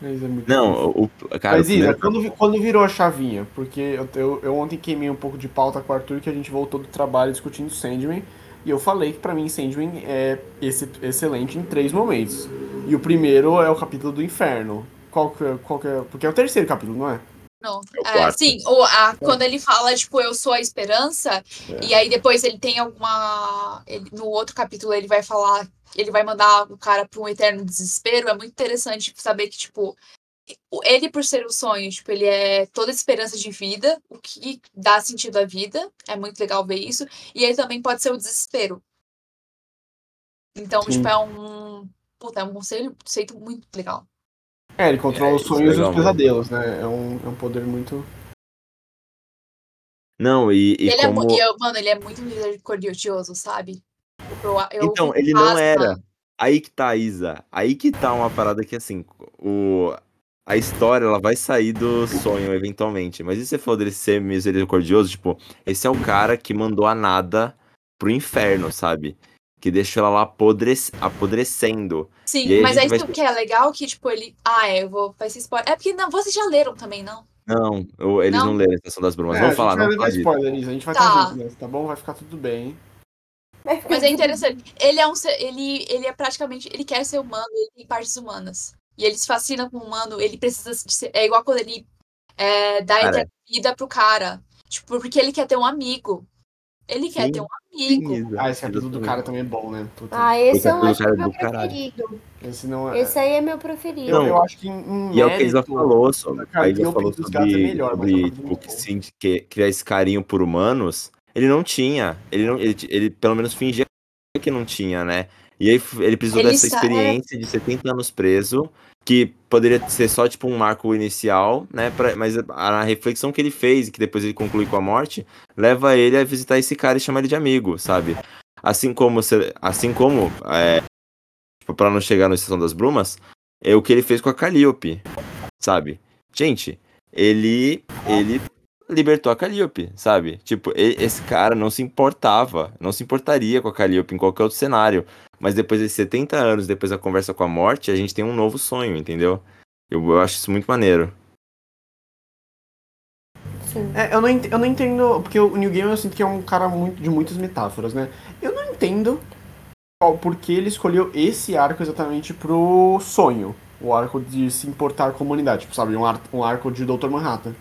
[SPEAKER 1] Mas é muito
[SPEAKER 3] Não, o, o- cara,
[SPEAKER 1] Mas
[SPEAKER 3] o primeiro
[SPEAKER 1] Isa, quando, vi- quando virou a chavinha? Porque eu, eu, eu ontem queimei um pouco de pauta com o Arthur que a gente voltou do trabalho discutindo Sandman. E eu falei que pra mim Sandman é esse, excelente em três momentos. E o primeiro é o capítulo do inferno. Qual que, é- qual que é? Porque é o terceiro capítulo, não é?
[SPEAKER 4] Não.
[SPEAKER 3] É o É.
[SPEAKER 4] Ah,
[SPEAKER 3] quarto.
[SPEAKER 4] sim, ou a, quando ele fala, tipo, eu sou a esperança,
[SPEAKER 3] É.
[SPEAKER 4] e aí depois ele tem alguma. ele- no outro capítulo ele vai falar, ele vai mandar o cara pra um eterno desespero. É muito interessante saber que, tipo, o- ele por ser o sonho, tipo, ele é toda esperança de vida, o que dá sentido à vida. É muito legal ver isso. E ele também pode ser o desespero. Então,
[SPEAKER 1] Sim.
[SPEAKER 4] tipo, é um. Puta, é um conselho, conceito muito legal.
[SPEAKER 1] É, ele controla
[SPEAKER 3] É,
[SPEAKER 1] os
[SPEAKER 3] isso é
[SPEAKER 1] sonhos e
[SPEAKER 3] legal
[SPEAKER 1] os
[SPEAKER 3] mesmo.
[SPEAKER 1] pesadelos, né? É um, é um poder muito.
[SPEAKER 3] Não, e, e
[SPEAKER 4] ele é,
[SPEAKER 3] como.
[SPEAKER 4] mu- e eu- mano, ele é muito misericordioso, sabe? Eu- eu
[SPEAKER 3] Então,
[SPEAKER 4] fico
[SPEAKER 3] ele não
[SPEAKER 4] pasma.
[SPEAKER 3] era. Aí que tá, Isa. Aí que tá uma parada que, assim, o... a história, ela vai sair do sonho, eventualmente. Mas e se você falou dele ser misericordioso? Tipo, esse é o cara que mandou a nada pro inferno, sabe? Que deixou ela lá apodrece- apodrecendo.
[SPEAKER 4] Sim,
[SPEAKER 3] E aí a
[SPEAKER 4] mas
[SPEAKER 3] gente
[SPEAKER 4] é
[SPEAKER 3] vai
[SPEAKER 4] isso que é legal, que tipo, ele. Ah, é, eu vou. Vai ser spoiler. É porque não, vocês já leram também, não?
[SPEAKER 3] Não, eu- eles não,
[SPEAKER 4] Não?
[SPEAKER 3] leram a Estação das Brumas.
[SPEAKER 1] É,
[SPEAKER 3] Vamos
[SPEAKER 1] a
[SPEAKER 3] falar,
[SPEAKER 1] gente vai
[SPEAKER 3] não
[SPEAKER 1] levar
[SPEAKER 3] fala disso.
[SPEAKER 1] spoiler, Isa. A gente vai
[SPEAKER 4] Tá.
[SPEAKER 1] estar junto nessa, tá bom? Vai ficar tudo bem.
[SPEAKER 2] Vai ficar
[SPEAKER 4] Mas é interessante. Ele é um ser- ele, ele é praticamente. Ele quer ser humano, ele tem partes humanas. E ele se fascina com o humano, ele precisa de ser. É igual quando ele é, dá
[SPEAKER 3] Cara.
[SPEAKER 4] eterna vida pro cara. Tipo, porque ele quer ter um amigo. Ele quer
[SPEAKER 3] Sim,
[SPEAKER 4] ter um amigo.
[SPEAKER 1] Ah, esse capítulo do cara também é bom, né? Puta,
[SPEAKER 2] Ah, esse eu
[SPEAKER 3] Puta,
[SPEAKER 2] acho que é o
[SPEAKER 3] cara
[SPEAKER 2] meu
[SPEAKER 3] do caralho.
[SPEAKER 2] preferido.
[SPEAKER 1] Esse não é.
[SPEAKER 2] Esse aí é meu preferido.
[SPEAKER 1] Eu,
[SPEAKER 3] Não.
[SPEAKER 1] eu acho que em, em
[SPEAKER 3] E é o que a Isa
[SPEAKER 1] um mérito-
[SPEAKER 3] falou sobre.
[SPEAKER 1] Cara,
[SPEAKER 3] a Isa
[SPEAKER 1] que opening
[SPEAKER 3] falou
[SPEAKER 1] dos gatos é
[SPEAKER 3] sobre,
[SPEAKER 1] melhor, mas
[SPEAKER 3] sobre,
[SPEAKER 1] tá tudo
[SPEAKER 3] tipo,
[SPEAKER 1] muito
[SPEAKER 3] que,
[SPEAKER 1] bom.
[SPEAKER 3] sim, que- criar esse carinho por humanos. Ele não tinha. Ele, não, ele, ele pelo menos fingia que não tinha, né? E aí f- ele precisou
[SPEAKER 4] Ele
[SPEAKER 3] dessa
[SPEAKER 4] sa- é.
[SPEAKER 3] experiência de 70 anos preso, que poderia ser só tipo um marco inicial, né? Pra- mas a, a reflexão que ele fez, e que depois ele conclui com a morte, leva ele a visitar esse cara e chamar ele de amigo, sabe? Assim como, se- assim como é, tipo, para não chegar na Estação das Brumas, é o que ele fez com a Calliope, sabe? Gente, ele ele libertou a Calliope, sabe? Tipo, e- esse cara não se importava, não se importaria com a Calliope em qualquer outro cenário. Mas depois de 70 anos, depois da conversa com a morte, a gente tem um novo sonho, entendeu? Eu, eu acho isso muito maneiro.
[SPEAKER 2] Sim.
[SPEAKER 1] É, eu não, ent- eu não entendo, porque o New Game eu sinto que é um cara muito, de muitas metáforas, né? Eu não entendo qual, por que ele escolheu esse arco exatamente pro sonho. O arco de se importar com a humanidade, tipo, sabe? Um, ar, um arco de Dr. Manhattan.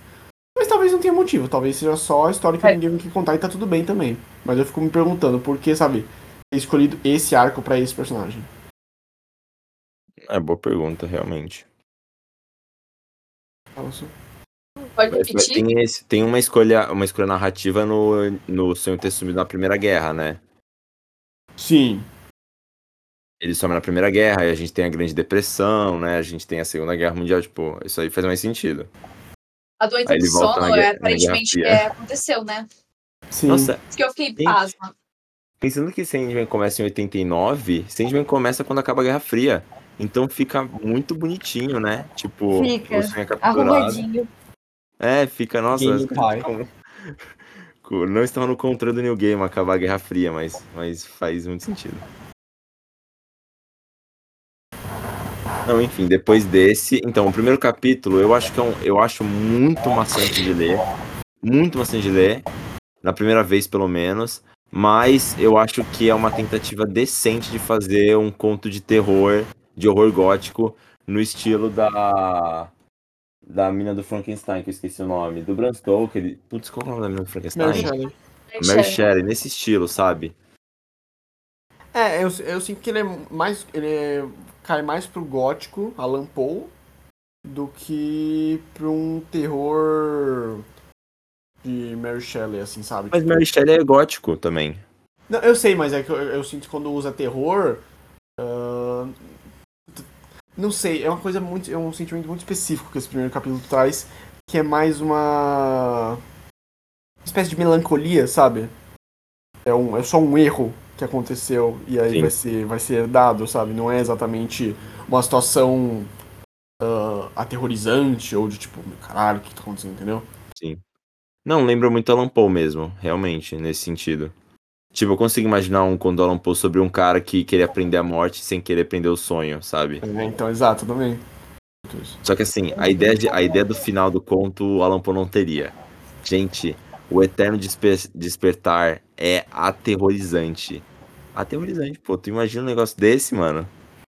[SPEAKER 1] Mas talvez não tenha motivo, talvez seja só a história que o
[SPEAKER 4] É.
[SPEAKER 1] New Game quer contar e tá tudo bem também. Mas eu fico me perguntando por que, sabe, ter escolhido esse arco pra esse personagem.
[SPEAKER 3] É boa pergunta, realmente.
[SPEAKER 1] Fala só.
[SPEAKER 4] Pode
[SPEAKER 3] Mas
[SPEAKER 4] repetir?
[SPEAKER 3] Tem, esse- tem uma escolha, uma escolha narrativa no, no sonho ter sumido na Primeira Guerra, né?
[SPEAKER 1] Sim,
[SPEAKER 3] ele some na Primeira Guerra, aí a gente tem a Grande Depressão, né? A gente tem a Segunda Guerra Mundial, tipo, isso aí faz mais sentido.
[SPEAKER 4] A doença
[SPEAKER 3] Aí
[SPEAKER 4] do
[SPEAKER 3] ele volta na
[SPEAKER 4] sono,
[SPEAKER 3] guerra-
[SPEAKER 4] é,
[SPEAKER 3] na Guerra
[SPEAKER 4] aparentemente,
[SPEAKER 3] Fria.
[SPEAKER 4] é, aconteceu, né?
[SPEAKER 1] sim.
[SPEAKER 3] Nossa,
[SPEAKER 4] Isso que eu fiquei
[SPEAKER 3] Gente.
[SPEAKER 4] pasma.
[SPEAKER 3] pensando que Sandman começa em 89, Sandman começa quando acaba a Guerra Fria. Então fica muito bonitinho, né? Tipo,
[SPEAKER 2] Fica
[SPEAKER 3] o sonho é capturado.
[SPEAKER 2] Arrumadinho.
[SPEAKER 3] É, fica, nossa.
[SPEAKER 5] Game
[SPEAKER 3] as coisas
[SPEAKER 5] Pai.
[SPEAKER 3] ficam- Co- Não estava no controle do New Game acabar a Guerra Fria, mas, mas faz muito sentido. Não, enfim, depois desse. Então, o primeiro capítulo eu acho que é um, eu acho muito maçante de ler. Muito maçante de ler. Na primeira vez, pelo menos. Mas eu acho que é uma tentativa decente de fazer um conto de terror, de horror gótico, no estilo da. Da mina do Frankenstein, que eu esqueci o nome. Do Bram Stoker. e- Putz, qual é o nome da mina do Frankenstein?
[SPEAKER 1] Mary Shelley.
[SPEAKER 3] Mary Shelley, nesse estilo, sabe?
[SPEAKER 1] É, eu, eu sinto que ele é mais. Ele é- cai mais pro gótico, Alan Poe, do que pra um terror de Mary Shelley, assim, sabe?
[SPEAKER 3] Mas Mary Shelley é gótico também.
[SPEAKER 1] Não, eu sei, mas é que eu, eu sinto que quando usa terror. ah, t- não sei, é uma coisa muito. É um sentimento muito específico que esse primeiro capítulo traz, que é mais uma. espécie de melancolia, sabe? É, um, é só um erro que aconteceu e aí
[SPEAKER 3] Sim.
[SPEAKER 1] vai ser, vai ser herdado, sabe? Não é exatamente uma situação ah, aterrorizante ou de tipo, meu caralho, o que tá acontecendo, entendeu?
[SPEAKER 3] Não, lembra muito Alan Poe mesmo, realmente, nesse sentido. Tipo, eu consigo imaginar um conto do Alan Poe sobre um cara que queria aprender a morte sem querer aprender o sonho, sabe?
[SPEAKER 1] É, então, exato, também.
[SPEAKER 3] Só que assim, a ideia, de- a ideia do final do conto o Alan Poe não teria. Gente, o Eterno Despe- Despertar é aterrorizante. Aterrorizante, pô. Tu imagina um negócio desse, mano?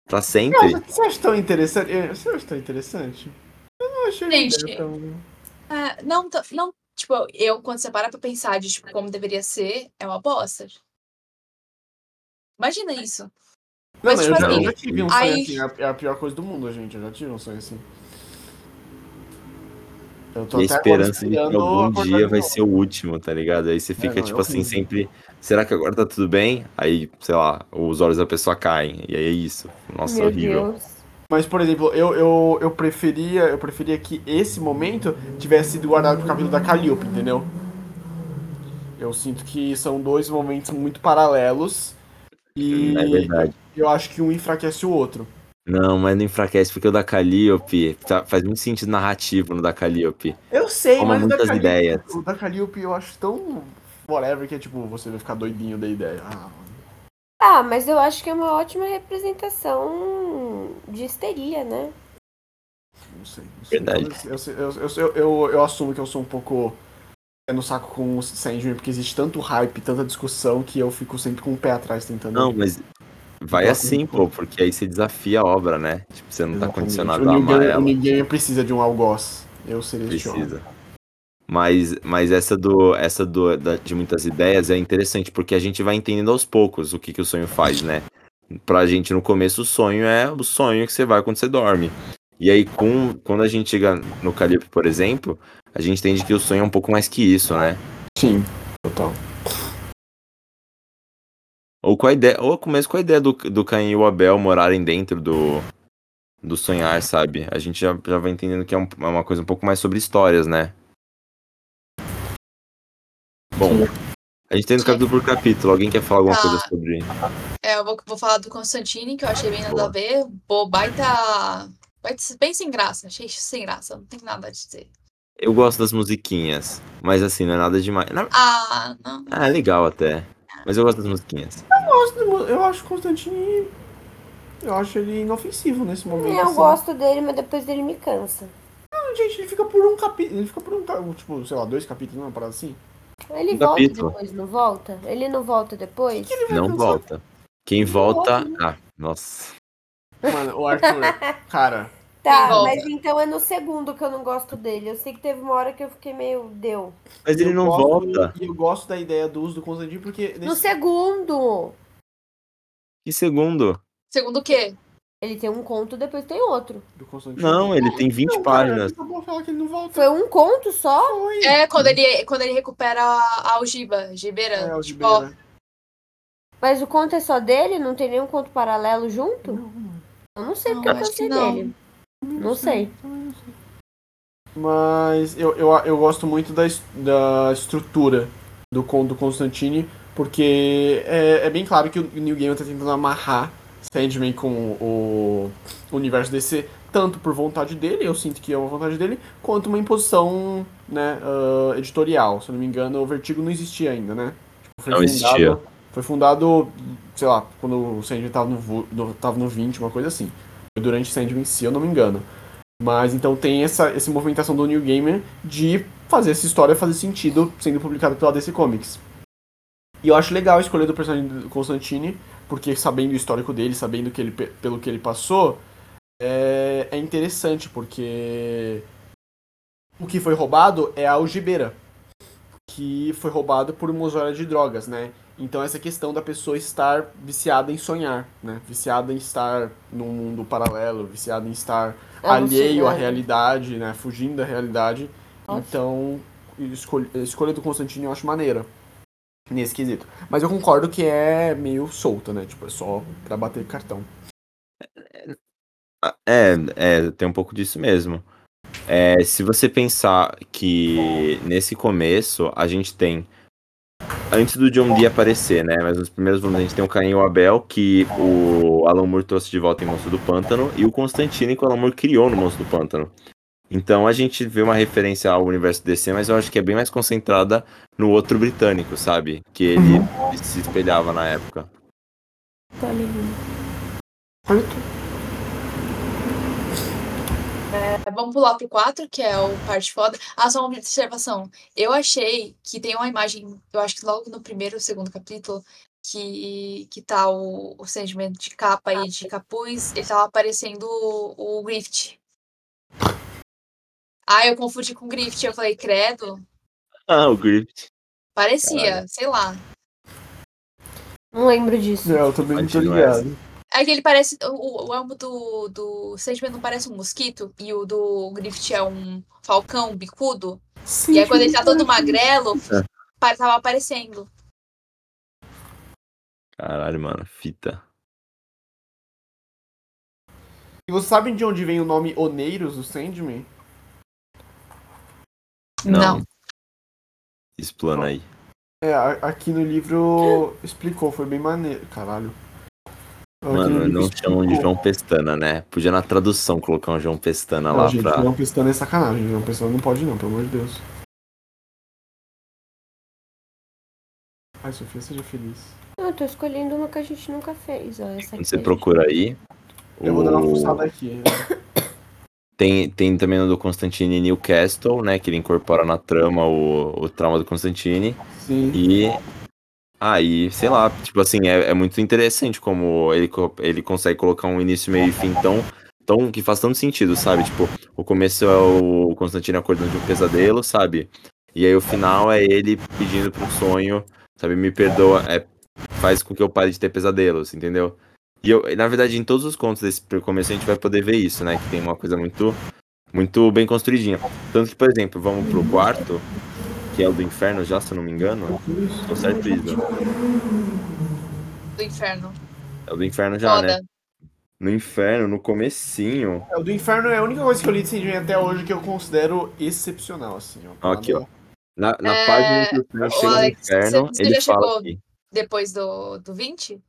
[SPEAKER 3] Pra sempre?
[SPEAKER 1] Nossa, você acha tão interessante? Eu- Você acha tão interessante? Eu não achei uma
[SPEAKER 4] Gente.
[SPEAKER 1] ideia tão...
[SPEAKER 4] É, não, t- não, tipo, eu, quando você para pra pensar de tipo, como deveria ser, é uma bosta. Imagina isso.
[SPEAKER 1] Não,
[SPEAKER 4] Mas,
[SPEAKER 1] não, eu,
[SPEAKER 4] tipo
[SPEAKER 1] já- eu
[SPEAKER 3] assim,
[SPEAKER 1] já tive um
[SPEAKER 4] aí-
[SPEAKER 1] sonho assim, é a- é a pior coisa do mundo, gente. Eu já tive um sonho assim. Eu
[SPEAKER 3] E a
[SPEAKER 1] até agora
[SPEAKER 3] esperança de que
[SPEAKER 1] esperando
[SPEAKER 3] algum
[SPEAKER 1] acordar
[SPEAKER 3] dia
[SPEAKER 1] de
[SPEAKER 3] vai
[SPEAKER 1] novo.
[SPEAKER 3] ser o último, tá ligado? Aí você fica,
[SPEAKER 1] não, é
[SPEAKER 3] tipo assim,
[SPEAKER 1] horrível.
[SPEAKER 3] sempre. Será que agora tá tudo bem? Aí, sei lá, os olhos da pessoa caem. E aí é isso. Nossa,
[SPEAKER 2] Meu
[SPEAKER 3] horrível.
[SPEAKER 2] Deus.
[SPEAKER 1] Mas, por exemplo, eu, eu, eu preferia eu preferia que esse momento tivesse sido guardado pro capítulo da Calliope, entendeu? Eu sinto que são dois momentos muito paralelos e
[SPEAKER 3] É verdade.
[SPEAKER 1] eu acho que um enfraquece o outro.
[SPEAKER 3] Não, mas não enfraquece, porque o da Calliope tá- faz muito sentido narrativo no da Calliope.
[SPEAKER 1] Eu sei,
[SPEAKER 3] Toma
[SPEAKER 1] mas o da
[SPEAKER 3] muitas
[SPEAKER 1] Calliope-
[SPEAKER 3] ideias.
[SPEAKER 1] O da Calliope eu acho tão whatever que é tipo, você vai ficar doidinho da ideia. Ah,
[SPEAKER 2] Ah, mas eu acho que é uma ótima representação de histeria, né?
[SPEAKER 1] não sei. Não sei.
[SPEAKER 3] Verdade.
[SPEAKER 1] Talvez- Eu, eu, eu, eu, eu, eu assumo que eu sou um pouco pé no saco com o Sandman, porque existe tanto hype, tanta discussão, que eu fico sempre com o pé atrás tentando.
[SPEAKER 3] Não, mas vai
[SPEAKER 1] Uhum. Então,
[SPEAKER 3] assim, pô, porque aí você desafia a obra, né? Tipo, você não tá
[SPEAKER 1] Exatamente.
[SPEAKER 3] condicionado
[SPEAKER 1] o
[SPEAKER 3] a
[SPEAKER 1] New
[SPEAKER 3] amar
[SPEAKER 1] Game, O
[SPEAKER 3] ela.
[SPEAKER 1] New Game precisa de um algoz. Eu seria esse homem.
[SPEAKER 3] Precisa. Mas, mas essa do essa do, da- de muitas ideias é interessante, porque a gente vai entendendo aos poucos o que, que o sonho faz, né? Pra gente, no começo, o sonho é o sonho que você vai quando você dorme. E aí, com, quando a gente chega no Calipe, por exemplo, a gente entende que o sonho é um pouco mais que isso, né?
[SPEAKER 1] Sim, total.
[SPEAKER 3] Ou com a ideia, ou começo com a ideia do, do Caim e o Abel morarem dentro do, do sonhar, sabe? A gente já, já vai entendendo que é, um- é uma coisa um pouco mais sobre histórias, né? Bom, a gente tem no capítulo por capítulo. Alguém quer falar alguma
[SPEAKER 4] Tá.
[SPEAKER 3] coisa sobre.
[SPEAKER 4] É, eu vou, vou falar do Constantine, que eu achei bem nada
[SPEAKER 3] Boa.
[SPEAKER 4] a ver. Pô, baita. baita- Bem sem graça, achei sem graça, não tem nada a dizer.
[SPEAKER 3] Eu gosto das musiquinhas, mas assim, não é nada demais. Na-
[SPEAKER 4] Ah, não.
[SPEAKER 3] Ah, é legal até. Mas eu gosto das musiquinhas.
[SPEAKER 1] Eu acho o Constantine. Eu acho ele inofensivo nesse momento.
[SPEAKER 2] Eu
[SPEAKER 1] assim.
[SPEAKER 2] gosto dele, mas depois dele me cansa.
[SPEAKER 1] Gente, ele fica por um capítulo. Ele fica por um capítulo. Tipo, sei lá, dois capítulos, não, uma parada assim.
[SPEAKER 2] Ele
[SPEAKER 3] Um
[SPEAKER 2] volta
[SPEAKER 3] capítulo.
[SPEAKER 2] depois, não volta? Ele não volta depois?
[SPEAKER 3] Não
[SPEAKER 1] cansado.
[SPEAKER 3] volta. Quem volta. Ah, nossa.
[SPEAKER 1] Mano, o Arthur, cara.
[SPEAKER 2] Tá,
[SPEAKER 4] Ele volta.
[SPEAKER 2] mas então é no segundo que eu não gosto dele. Eu sei que teve uma hora que eu fiquei meio. Deu.
[SPEAKER 3] Mas ele
[SPEAKER 1] eu
[SPEAKER 3] não
[SPEAKER 1] gosto-
[SPEAKER 3] volta.
[SPEAKER 1] E eu gosto da ideia do uso do Constantine porque.
[SPEAKER 2] No
[SPEAKER 1] Nesse...
[SPEAKER 2] segundo!
[SPEAKER 3] Que segundo?
[SPEAKER 4] Segundo o quê?
[SPEAKER 2] Ele tem um conto, depois tem outro.
[SPEAKER 1] Do Constantine.
[SPEAKER 3] Não, ele tem 20
[SPEAKER 1] Não, cara,
[SPEAKER 3] páginas.
[SPEAKER 1] eu vou falar que ele não volta.
[SPEAKER 2] Foi um conto só?
[SPEAKER 1] Foi.
[SPEAKER 4] É quando ele, quando ele recupera a a algiba, gibeira.
[SPEAKER 1] É, o de
[SPEAKER 4] tipo,
[SPEAKER 1] Beira.
[SPEAKER 2] Mas o conto é só dele? Não tem nenhum conto paralelo junto? Eu não sei porque eu
[SPEAKER 4] Tipo, Não, acho
[SPEAKER 2] cansei
[SPEAKER 4] que não.
[SPEAKER 2] dele. Não sei.
[SPEAKER 1] Mas eu, eu, eu gosto muito da, es- da estrutura do conto do Constantine, porque é, é bem claro que o New Game tá tentando amarrar Sandman com o universo DC, tanto por vontade dele, eu sinto que é uma vontade dele, quanto uma imposição né, ah, editorial. Se eu não me engano, o Vertigo não existia ainda, né? Tipo, foi
[SPEAKER 3] Não existia.
[SPEAKER 1] Foi fundado, sei lá, quando o Sandman tava no, vo- no- tava no 20, uma coisa assim. Foi durante o Sandman em si, eu não me engano. Mas então tem essa, essa movimentação do New Gamer de fazer essa história fazer sentido sendo publicada pela DC Comics. E eu acho legal a escolha do personagem do Constantine, porque sabendo o histórico dele, sabendo que ele, pe- pelo que ele passou, é, é interessante, porque o que foi roubado é a algibeira, que foi roubado por uma usuária de drogas, né? Então essa questão da pessoa estar viciada em sonhar, né? Viciada em estar num mundo paralelo, viciada em estar
[SPEAKER 4] É
[SPEAKER 2] Ah, não sei,
[SPEAKER 1] alheio à
[SPEAKER 2] né?
[SPEAKER 1] realidade, né? Fugindo da realidade.
[SPEAKER 2] Nossa.
[SPEAKER 1] Então, escolha, a escolha do Constantino eu acho maneira. Nesse quesito. Mas eu concordo que é meio solta, né? Tipo, é só pra bater cartão.
[SPEAKER 3] Ah, É, é, tem um pouco disso mesmo. É, se você pensar que nesse começo a gente tem. Antes do John Dee aparecer, né? Mas nos primeiros volumes a gente tem o Caim e o Abel, que o Alan Moore trouxe de volta em Monstro do Pântano, e o Constantine que o Alan Moore criou no Monstro do Pântano. Então a gente vê uma referência ao universo DC, mas eu acho que é bem mais concentrada no outro britânico, sabe? Que ele se espelhava na época.
[SPEAKER 2] Tá ligado.
[SPEAKER 4] É, Vamos pular pro 4, que é o parte foda. Ah, só uma observação. Eu achei que tem uma imagem, eu acho que logo no primeiro ou segundo capítulo, que, que tá o, o Sandman de capa e de capuz, ele tava aparecendo o, o Grift. Ah, eu confundi com Grift, eu falei, credo,
[SPEAKER 3] Ah, o Griffith.
[SPEAKER 4] parecia, sei lá.
[SPEAKER 2] Não lembro disso.
[SPEAKER 1] É, eu também não tô
[SPEAKER 3] Continua
[SPEAKER 1] ligado.
[SPEAKER 4] É que ele parece. O, o- o elmo do, do Sandman não parece um mosquito e o do Griffith é um falcão bicudo. E aí quando
[SPEAKER 1] tipo,
[SPEAKER 4] ele tá todo magrelo,
[SPEAKER 3] É.
[SPEAKER 4] pa- tava aparecendo.
[SPEAKER 3] Caralho, mano, fita.
[SPEAKER 1] E vocês sabem de onde vem o nome Oneiros do Sandman?
[SPEAKER 4] Não.
[SPEAKER 3] Explana aí.
[SPEAKER 1] É, a- aqui no livro explicou, foi bem maneiro. Caralho. Aqui no
[SPEAKER 3] Mano,
[SPEAKER 1] livro
[SPEAKER 3] não chamam de
[SPEAKER 1] explicou.
[SPEAKER 3] João Pestana, né? Podia na tradução colocar um João Pestana
[SPEAKER 1] Não,
[SPEAKER 3] lá
[SPEAKER 1] gente,
[SPEAKER 3] pra.
[SPEAKER 1] João Pestana é sacanagem. João Pestana não pode não, pelo amor de Deus. Ai, Sofia, seja feliz.
[SPEAKER 2] Não, eu tô escolhendo uma que a gente nunca fez, ó. Essa aqui.
[SPEAKER 3] Quando você
[SPEAKER 2] a gente-
[SPEAKER 3] procura aí.
[SPEAKER 1] Eu vou dar uma
[SPEAKER 3] o-
[SPEAKER 1] fuçada aqui.
[SPEAKER 3] Tem, tem também o do Constantine Newcastle, né? Que ele incorpora na trama o, o trauma do Constantine.
[SPEAKER 1] Sim.
[SPEAKER 3] E aí, sei lá, tipo assim, é, é muito interessante como ele, co- ele consegue colocar um início, meio e fim tão, tão. que faz tanto sentido, sabe? Tipo, o começo é o Constantino acordando de um pesadelo, sabe? E aí o final é ele pedindo pra um sonho, sabe? Me perdoa, é, faz com que eu pare de ter pesadelos, entendeu? E eu, na verdade, em todos os contos desse começo a gente vai poder ver isso, né? Que tem uma coisa muito, muito bem construidinha. Tanto que, por exemplo, vamos pro quarto, que é o do inferno já, se eu não me engano. Tô certo, Isa.
[SPEAKER 4] Do inferno.
[SPEAKER 3] É o do inferno já,
[SPEAKER 4] Foda.
[SPEAKER 3] né? No inferno, no comecinho.
[SPEAKER 1] É, O do Inferno é a única coisa que eu li de Sandman até hoje que eu considero excepcional, assim. ó.
[SPEAKER 3] Ó, aqui, ó. Na, na
[SPEAKER 4] É,
[SPEAKER 3] página em que o Sam
[SPEAKER 4] ô,
[SPEAKER 3] chega no
[SPEAKER 4] Alex,
[SPEAKER 3] inferno,
[SPEAKER 4] você- você
[SPEAKER 3] ele
[SPEAKER 4] já chegou?
[SPEAKER 3] fala assim, que.
[SPEAKER 4] Depois do, do 20?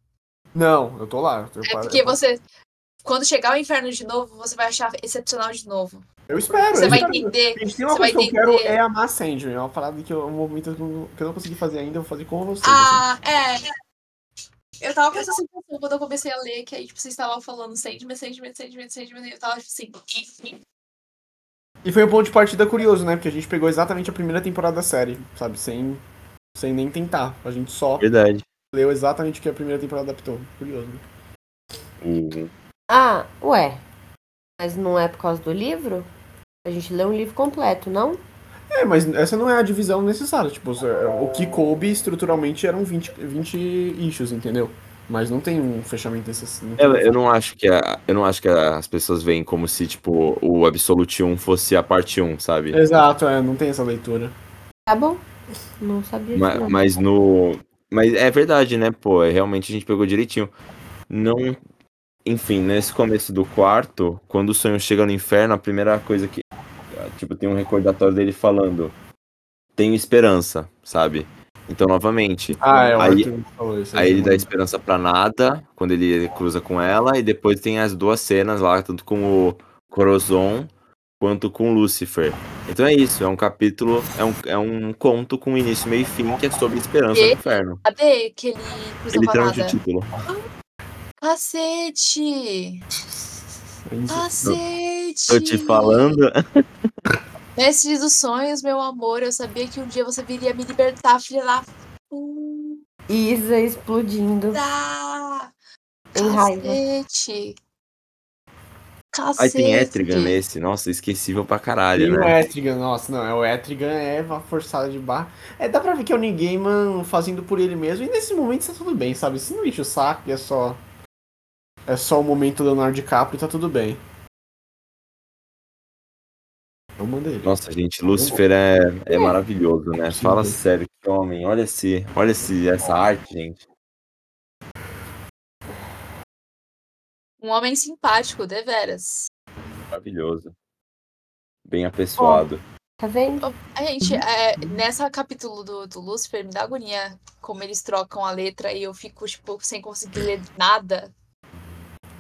[SPEAKER 1] Não, eu tô lá. Eu,
[SPEAKER 4] É
[SPEAKER 1] paro-
[SPEAKER 4] porque você. Quando chegar ao inferno de novo, você vai achar excepcional de novo.
[SPEAKER 1] eu espero.
[SPEAKER 4] Você
[SPEAKER 1] eu
[SPEAKER 4] vai
[SPEAKER 1] espero.
[SPEAKER 4] entender.
[SPEAKER 1] Gente, tem uma
[SPEAKER 4] você vai
[SPEAKER 1] coisa que eu quero
[SPEAKER 4] entender.
[SPEAKER 1] é amar Sandman. É uma parada que eu, um movimento que eu que eu não consegui fazer ainda, eu vou fazer com vocês. assim.
[SPEAKER 4] Ah, é. Eu tava com essa sensação quando eu comecei a ler, que aí tipo, vocês estavam falando Sandman, Sandman, Sandman, Sandman, e eu tava tipo assim.
[SPEAKER 1] E foi um ponto de partida curioso, né? Porque a gente pegou exatamente a primeira temporada da série, sabe? Sem, sem nem tentar. A gente só
[SPEAKER 3] Verdade.
[SPEAKER 1] leu exatamente o que a primeira temporada adaptou. Curioso, né?
[SPEAKER 3] O-
[SPEAKER 2] Ah, ué. Mas não é por causa do livro? A gente lê um livro completo, não?
[SPEAKER 1] É, mas essa não é a divisão necessária. Tipo, o que coube estruturalmente eram 20, 20 issues, entendeu? Mas não tem um fechamento necessário.
[SPEAKER 3] Eu, eu não acho que a- eu não acho que as pessoas veem como se, tipo, o Absolute 1 fosse a parte 1, sabe?
[SPEAKER 1] Exato, é, não tem essa leitura.
[SPEAKER 2] Tá bom? Não sabia disso,
[SPEAKER 3] Ma-
[SPEAKER 2] não.
[SPEAKER 3] Mas, no. Mas é verdade, né, pô? é, Realmente a gente pegou direitinho. Não. Enfim, nesse começo do quarto, quando o sonho chega no inferno, a primeira coisa que. Tipo, tem um recordatório dele falando. Tenho esperança, sabe? Então, novamente.
[SPEAKER 1] Ah, é, o
[SPEAKER 3] aí,
[SPEAKER 1] Arthur falou isso.
[SPEAKER 3] aí ele dá esperança pra nada, quando ele cruza com ela, e depois tem as duas cenas lá, tanto com o, Corozon quanto com Lúcifer. Então é isso, é um capítulo, é um, é um conto com início, meio e fim que é sobre esperança
[SPEAKER 4] E-
[SPEAKER 3] no inferno.
[SPEAKER 4] Cadê aquele
[SPEAKER 3] É
[SPEAKER 4] Cruzão
[SPEAKER 3] literalmente o
[SPEAKER 4] Parada?
[SPEAKER 3] título.
[SPEAKER 4] Cacete! Cacete!
[SPEAKER 3] Tô te falando.
[SPEAKER 4] Mestre dos sonhos, meu amor, eu sabia que um dia você viria me libertar, filha da puta!
[SPEAKER 2] Isa explodindo em raiva.
[SPEAKER 4] Cacete! Cacete!
[SPEAKER 3] Aí tem Etrigan nesse, nossa, esquecível pra
[SPEAKER 1] E
[SPEAKER 3] caralho,
[SPEAKER 1] o
[SPEAKER 3] né?
[SPEAKER 1] Etrigan, nossa, não, é o Etrigan é uma forçada de barra. É, dá pra ver que é o Ninguém fazendo por ele mesmo, e nesse momento tá tudo bem, sabe? Se não enche o saco, e é só. É só o momento Leonardo DiCaprio, tá tudo bem. Eu mandei ele.
[SPEAKER 3] Nossa, gente, Lúcifer é, é maravilhoso, né?
[SPEAKER 1] Sim.
[SPEAKER 3] Fala sério, que homem. Olha esse, olha esse, essa arte, gente.
[SPEAKER 4] Um homem simpático, deveras.
[SPEAKER 3] Maravilhoso. Bem apessoado.
[SPEAKER 2] Tá vendo?
[SPEAKER 4] A gente, é, nessa capítulo do, do Lúcifer, me dá agonia como eles trocam a letra e eu fico, tipo, sem conseguir ler nada.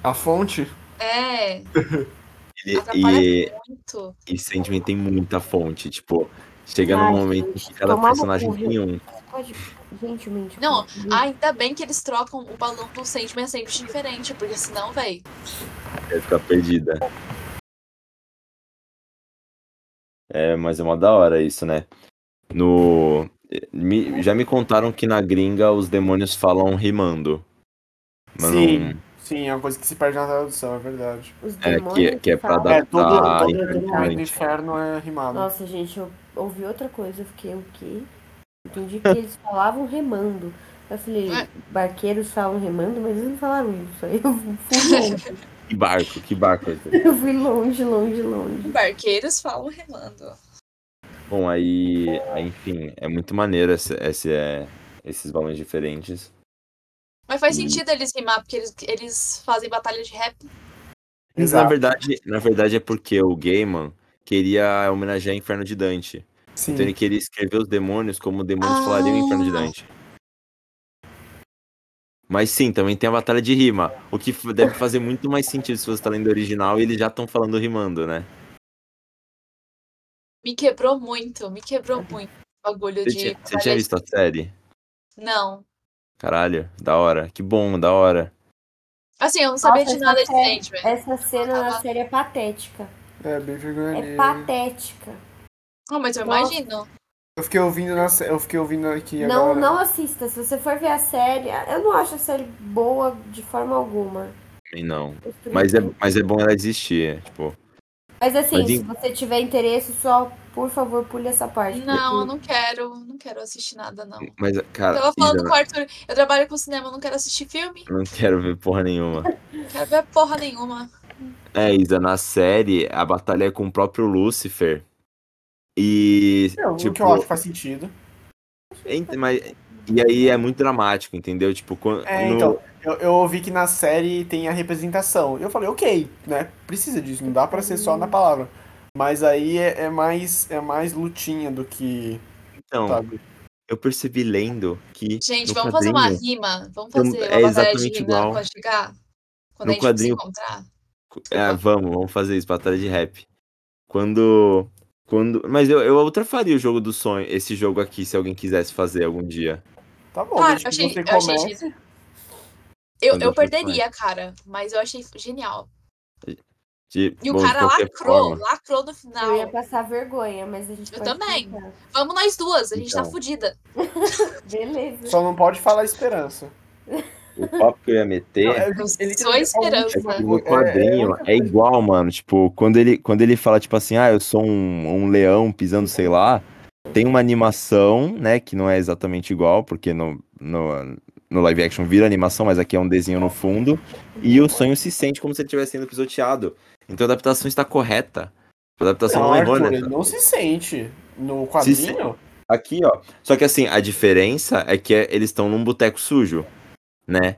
[SPEAKER 1] A fonte?
[SPEAKER 4] É,
[SPEAKER 3] Ele-
[SPEAKER 4] atrapalha
[SPEAKER 3] e,
[SPEAKER 4] muito.
[SPEAKER 3] e Sandman tem muita fonte, tipo, chega
[SPEAKER 2] Ai,
[SPEAKER 3] num momento
[SPEAKER 2] gente,
[SPEAKER 3] que cada
[SPEAKER 2] tomar no
[SPEAKER 3] personagem
[SPEAKER 2] cu, viu?
[SPEAKER 3] tem um.
[SPEAKER 2] Pode. Gente, mente.
[SPEAKER 4] Não,
[SPEAKER 2] pode.
[SPEAKER 4] Ainda bem que eles trocam o balão do Sandman é sempre diferente, porque senão, véi.
[SPEAKER 3] Deve ficar perdida. É, mas é uma da hora isso, né? No. me- já me contaram que na gringa os demônios falam rimando. Mas
[SPEAKER 1] Sim.
[SPEAKER 3] não-
[SPEAKER 1] Sim, é uma coisa que se perde na tradução, é verdade.
[SPEAKER 2] Os
[SPEAKER 3] É, que,
[SPEAKER 2] demônios
[SPEAKER 3] que é pra
[SPEAKER 2] falam.
[SPEAKER 3] adaptar
[SPEAKER 1] é, todo, todo, todo momento do
[SPEAKER 3] internamente.
[SPEAKER 1] inferno é rimado.
[SPEAKER 2] Nossa, gente, eu ouvi outra coisa, eu fiquei o quê? Entendi que eles falavam remando. Eu falei,
[SPEAKER 4] É.
[SPEAKER 2] barqueiros falam remando, mas eles não falaram isso. Aí eu fui longe.
[SPEAKER 3] Que barco, que barco.
[SPEAKER 2] eu fui longe, longe, longe.
[SPEAKER 4] Barqueiros falam remando.
[SPEAKER 3] Bom, aí, aí, enfim, é muito maneiro esse, esse, é, esses balões diferentes.
[SPEAKER 4] Mas faz
[SPEAKER 3] Hum.
[SPEAKER 4] sentido eles rimar, porque eles, eles fazem batalha de rap.
[SPEAKER 3] Mas,
[SPEAKER 1] Exato.
[SPEAKER 3] na verdade, na verdade é porque o Gaiman queria homenagear o Inferno de Dante.
[SPEAKER 1] Sim.
[SPEAKER 3] Então ele queria escrever os demônios como demônios falariam em Inferno de
[SPEAKER 4] Ah.
[SPEAKER 3] Dante. Mas sim, também tem a batalha de rima. O que f- deve fazer muito mais sentido se você tá lendo o original e eles já estão falando rimando, né?
[SPEAKER 4] Me quebrou muito, me quebrou
[SPEAKER 3] Uhum.
[SPEAKER 4] muito o bagulho
[SPEAKER 3] Você
[SPEAKER 4] de.
[SPEAKER 3] tinha, você
[SPEAKER 4] batalha
[SPEAKER 3] tinha
[SPEAKER 4] de-
[SPEAKER 3] visto a série?
[SPEAKER 4] Não.
[SPEAKER 3] Caralho, da hora. Que bom, da hora.
[SPEAKER 4] Assim, eu não sabia
[SPEAKER 2] Nossa,
[SPEAKER 4] de nada de
[SPEAKER 2] essa série-
[SPEAKER 4] Sandman.
[SPEAKER 2] Essa cena na série é patética.
[SPEAKER 1] É, bem vergonha.
[SPEAKER 2] É patética.
[SPEAKER 4] Não, mas eu
[SPEAKER 2] Nossa.
[SPEAKER 4] imagino.
[SPEAKER 1] Eu fiquei ouvindo na, eu fiquei ouvindo aqui
[SPEAKER 2] Não,
[SPEAKER 1] agora.
[SPEAKER 2] não assista. Se você for ver a série, eu não acho a série boa de forma alguma.
[SPEAKER 3] Também não. Mas é, mas é bom ela existir. Tipo,
[SPEAKER 2] Mas assim,
[SPEAKER 3] Mas em-
[SPEAKER 2] se você tiver interesse, só por favor pule essa parte.
[SPEAKER 4] Não,
[SPEAKER 2] porque-
[SPEAKER 4] eu não quero. Não quero assistir nada, não.
[SPEAKER 3] mas,
[SPEAKER 4] Eu
[SPEAKER 3] cara,
[SPEAKER 4] tava falando
[SPEAKER 3] Isa,
[SPEAKER 4] com o Arthur, eu trabalho com cinema, eu não quero assistir filme,
[SPEAKER 3] não quero ver porra nenhuma.
[SPEAKER 4] não quero ver porra nenhuma.
[SPEAKER 3] É, Isa, na série, a batalha é com o próprio Lúcifer. E.
[SPEAKER 1] É, o que
[SPEAKER 3] tipo,
[SPEAKER 1] eu acho que faz sentido.
[SPEAKER 3] ent- mas- e aí é muito dramático, entendeu? Tipo, quando.
[SPEAKER 1] É,
[SPEAKER 3] no-
[SPEAKER 1] então, eu, eu ouvi que na série tem a representação. Eu falei, ok, né? Precisa disso, não dá pra ser só na palavra. Mas aí é, é mais é mais lutinha do que,
[SPEAKER 3] então,
[SPEAKER 1] sabe?
[SPEAKER 3] eu percebi lendo que.
[SPEAKER 4] Gente,
[SPEAKER 3] no
[SPEAKER 4] vamos fazer
[SPEAKER 3] quadrinho,
[SPEAKER 4] uma rima? Vamos
[SPEAKER 3] Então,
[SPEAKER 4] fazer
[SPEAKER 3] é
[SPEAKER 4] uma batalha de
[SPEAKER 3] exatamente
[SPEAKER 4] rima
[SPEAKER 3] igual.
[SPEAKER 4] quando chegar? Quando
[SPEAKER 3] No
[SPEAKER 4] a gente
[SPEAKER 3] quadrinho-
[SPEAKER 4] se
[SPEAKER 1] tá
[SPEAKER 4] encontrar?
[SPEAKER 3] É, vamos, vamos fazer isso, batalha de rap. Quando. Quando. Mas eu, eu outra faria o jogo do sonho, esse jogo aqui, se alguém quisesse fazer algum dia.
[SPEAKER 1] Tá bom,
[SPEAKER 4] Cara,
[SPEAKER 1] desde
[SPEAKER 4] Ah,
[SPEAKER 1] que
[SPEAKER 4] eu achei.
[SPEAKER 1] você
[SPEAKER 4] Eu, achei
[SPEAKER 1] comece.
[SPEAKER 4] geni- eu,
[SPEAKER 3] Quando
[SPEAKER 4] eu
[SPEAKER 3] eu for
[SPEAKER 4] perderia, cara, mas eu achei genial.
[SPEAKER 3] De,
[SPEAKER 4] E o
[SPEAKER 3] bom, de
[SPEAKER 4] cara
[SPEAKER 3] qualquer
[SPEAKER 4] lacrou,
[SPEAKER 3] forma.
[SPEAKER 4] lacrou no final.
[SPEAKER 2] Eu ia passar vergonha, mas a gente
[SPEAKER 4] Eu
[SPEAKER 2] pode
[SPEAKER 4] também.
[SPEAKER 2] tentar.
[SPEAKER 4] Vamos nós duas, a gente tá
[SPEAKER 3] Então.
[SPEAKER 4] fudida.
[SPEAKER 2] Beleza.
[SPEAKER 1] Só não pode falar esperança.
[SPEAKER 3] O papo que eu ia meter.
[SPEAKER 1] Não, é-
[SPEAKER 4] Eu
[SPEAKER 1] ele
[SPEAKER 4] sou
[SPEAKER 1] tem-
[SPEAKER 4] a esperança.
[SPEAKER 3] É
[SPEAKER 1] última
[SPEAKER 3] que
[SPEAKER 1] coisa-
[SPEAKER 3] no quadrinho
[SPEAKER 1] é-
[SPEAKER 3] é, igual, mano. Tipo, quando ele, quando ele fala, tipo assim, ah, eu sou um, um leão pisando, sei lá, tem uma animação, né, que não é exatamente igual, porque no, no, no live action vira animação, mas aqui é um desenho no fundo, e o sonho se sente como se ele estivesse sendo pisoteado. Então a adaptação está correta. A adaptação
[SPEAKER 1] Não,
[SPEAKER 3] não, errou,
[SPEAKER 1] Arthur,
[SPEAKER 3] né?
[SPEAKER 1] ele não se sente no
[SPEAKER 3] Se
[SPEAKER 1] quadrinho.
[SPEAKER 3] sente. Aqui, ó. Só que assim, a diferença é que é- eles estão num boteco sujo, né?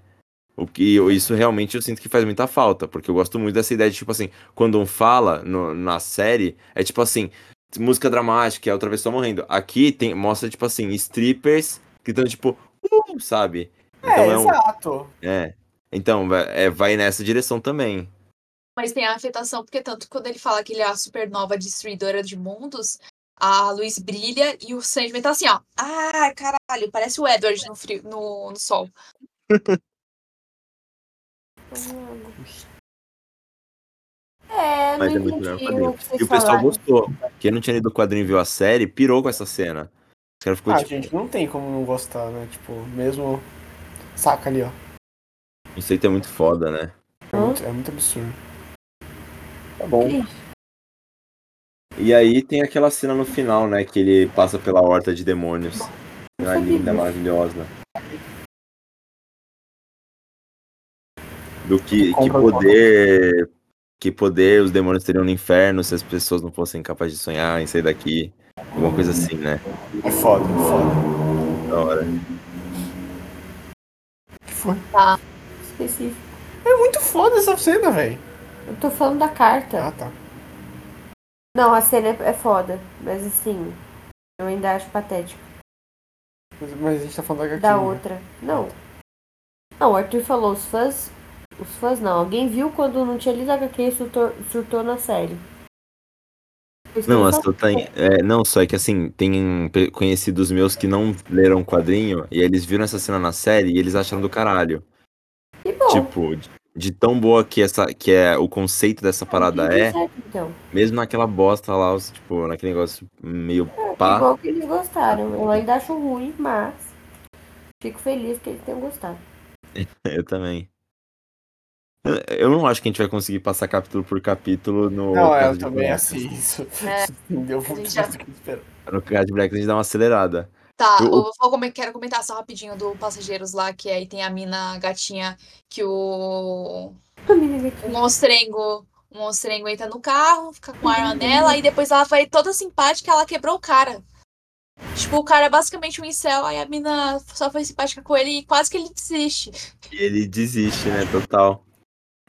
[SPEAKER 3] O que eu- isso realmente eu sinto que faz muita falta, porque eu gosto muito dessa ideia de tipo assim, quando um fala no- na série, é tipo assim, música dramática, é outra pessoa morrendo. Aqui tem mostra tipo assim, strippers que estão tipo, "Uh", sabe?
[SPEAKER 1] É,
[SPEAKER 3] Então é um-
[SPEAKER 1] exato.
[SPEAKER 3] é. Então vai, é, vai nessa direção também.
[SPEAKER 4] Mas tem a afetação, porque tanto quando ele fala que ele é a supernova destruidora de mundos, a luz brilha e o Sandman tá assim, ó. Ah, caralho, parece o Edward no, frio, no, no sol.
[SPEAKER 2] É,
[SPEAKER 3] Mas é
[SPEAKER 2] não
[SPEAKER 3] muito melhor o
[SPEAKER 2] entendi
[SPEAKER 3] quadrinho.
[SPEAKER 2] o que vocês
[SPEAKER 3] E o pessoal
[SPEAKER 2] falaram.
[SPEAKER 3] gostou. Quem não tinha lido o quadrinho e viu a série, pirou com essa cena. Os caras ficou
[SPEAKER 1] Ah,
[SPEAKER 3] tipo,
[SPEAKER 1] gente, não tem como não gostar, né? Tipo, mesmo. Saca ali, ó.
[SPEAKER 3] o conceito é muito foda, né?
[SPEAKER 1] É muito, é muito absurdo.
[SPEAKER 3] Tá bom. E aí tem aquela cena no final, né? Que ele passa pela horta de demônios. Ah, linda, maravilhosa. Do que, que
[SPEAKER 1] Compra
[SPEAKER 3] poder. Que poder os demônios teriam no inferno se as pessoas não fossem capazes de sonhar em sair daqui. Alguma coisa assim, né?
[SPEAKER 1] É foda, é foda.
[SPEAKER 3] Da hora.
[SPEAKER 1] O que foi?
[SPEAKER 2] Específico.
[SPEAKER 1] É muito foda essa cena, velho.
[SPEAKER 2] Eu tô falando da carta.
[SPEAKER 1] Ah, tá.
[SPEAKER 2] Não, a cena é é foda, mas assim, eu ainda acho patético.
[SPEAKER 1] Mas, mas a gente tá falando da HQ.
[SPEAKER 2] Da
[SPEAKER 1] né?
[SPEAKER 3] é?
[SPEAKER 2] outra. Não. Não, o Arthur falou, os fãs. Os fãs não. Alguém viu quando não tinha lido a HQ e surtou, surtou na série. Foi isso que
[SPEAKER 3] Não,
[SPEAKER 2] ele
[SPEAKER 3] mas
[SPEAKER 2] falou.
[SPEAKER 3] tu tem- é, não, só é que assim, tem pe- conhecidos meus que não leram o quadrinho e aí eles viram essa cena na série e eles acharam do caralho.
[SPEAKER 2] Que bom.
[SPEAKER 3] Tipo, de, de tão boa que, essa, que é o conceito dessa parada
[SPEAKER 2] Deu
[SPEAKER 3] é,
[SPEAKER 2] certo, então.
[SPEAKER 3] mesmo naquela bosta lá, os, tipo, naquele negócio meio pá.
[SPEAKER 2] Igual que eles gostaram. Eu ainda acho ruim, mas fico feliz que eles tenham gostado.
[SPEAKER 3] Eu também. Eu, eu não acho que a gente vai conseguir passar capítulo por capítulo no.
[SPEAKER 1] Não,
[SPEAKER 3] Casa
[SPEAKER 1] eu
[SPEAKER 3] de
[SPEAKER 1] também
[SPEAKER 3] Bonecas.
[SPEAKER 1] assim. Isso
[SPEAKER 4] É.
[SPEAKER 1] isso deu muito
[SPEAKER 4] já-
[SPEAKER 1] mais do que esperava.
[SPEAKER 3] No caso de Black, a gente dá uma acelerada.
[SPEAKER 4] Tá,
[SPEAKER 3] Eu-
[SPEAKER 4] eu, vou come- quero comentar só rapidinho do Passageiros lá, que aí tem a mina gatinha que o,
[SPEAKER 2] A menina aqui.
[SPEAKER 4] o Um monstrengo. O monstrengo entra no carro, fica com a arma nela, e depois ela vai toda simpática, ela quebrou o cara. Tipo, o cara é basicamente um incel, aí a mina só foi simpática com ele e quase que ele desiste.
[SPEAKER 3] E ele desiste, né? Total.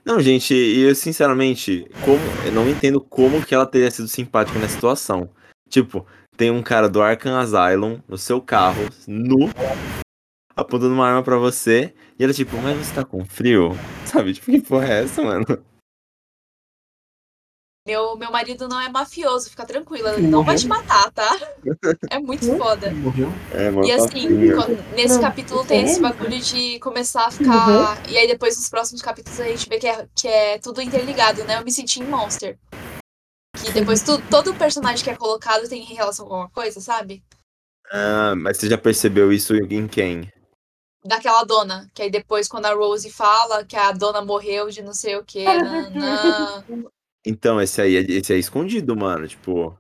[SPEAKER 3] Não, gente, e eu sinceramente, como, eu não entendo como que ela teria sido simpática na situação. Tipo, tem um cara do Arkham Asylum no seu carro, nu, apontando uma arma pra você, e ela tipo, mas você tá com frio? Sabe, tipo, que porra é essa, mano?
[SPEAKER 4] Meu, meu marido não é mafioso, fica tranquila, ele não vai te matar, tá? É muito foda.
[SPEAKER 1] Morreu?
[SPEAKER 3] É, mano,
[SPEAKER 4] E
[SPEAKER 3] tá
[SPEAKER 4] assim,
[SPEAKER 3] frio.
[SPEAKER 4] quando- nesse
[SPEAKER 2] Não,
[SPEAKER 4] capítulo tem esse
[SPEAKER 2] sério?
[SPEAKER 4] bagulho de começar a ficar. E aí depois nos próximos capítulos a gente vê que é, que é tudo interligado, né? Eu me senti em Monster. Que depois tu, todo personagem que é colocado tem relação com alguma coisa, sabe?
[SPEAKER 3] Ah, mas você já percebeu isso em quem?
[SPEAKER 4] Daquela dona. Que aí depois, quando a Rose fala que a dona morreu de não sei o quê. nananã.
[SPEAKER 3] Então, esse aí, é- esse aí é escondido, mano, tipo...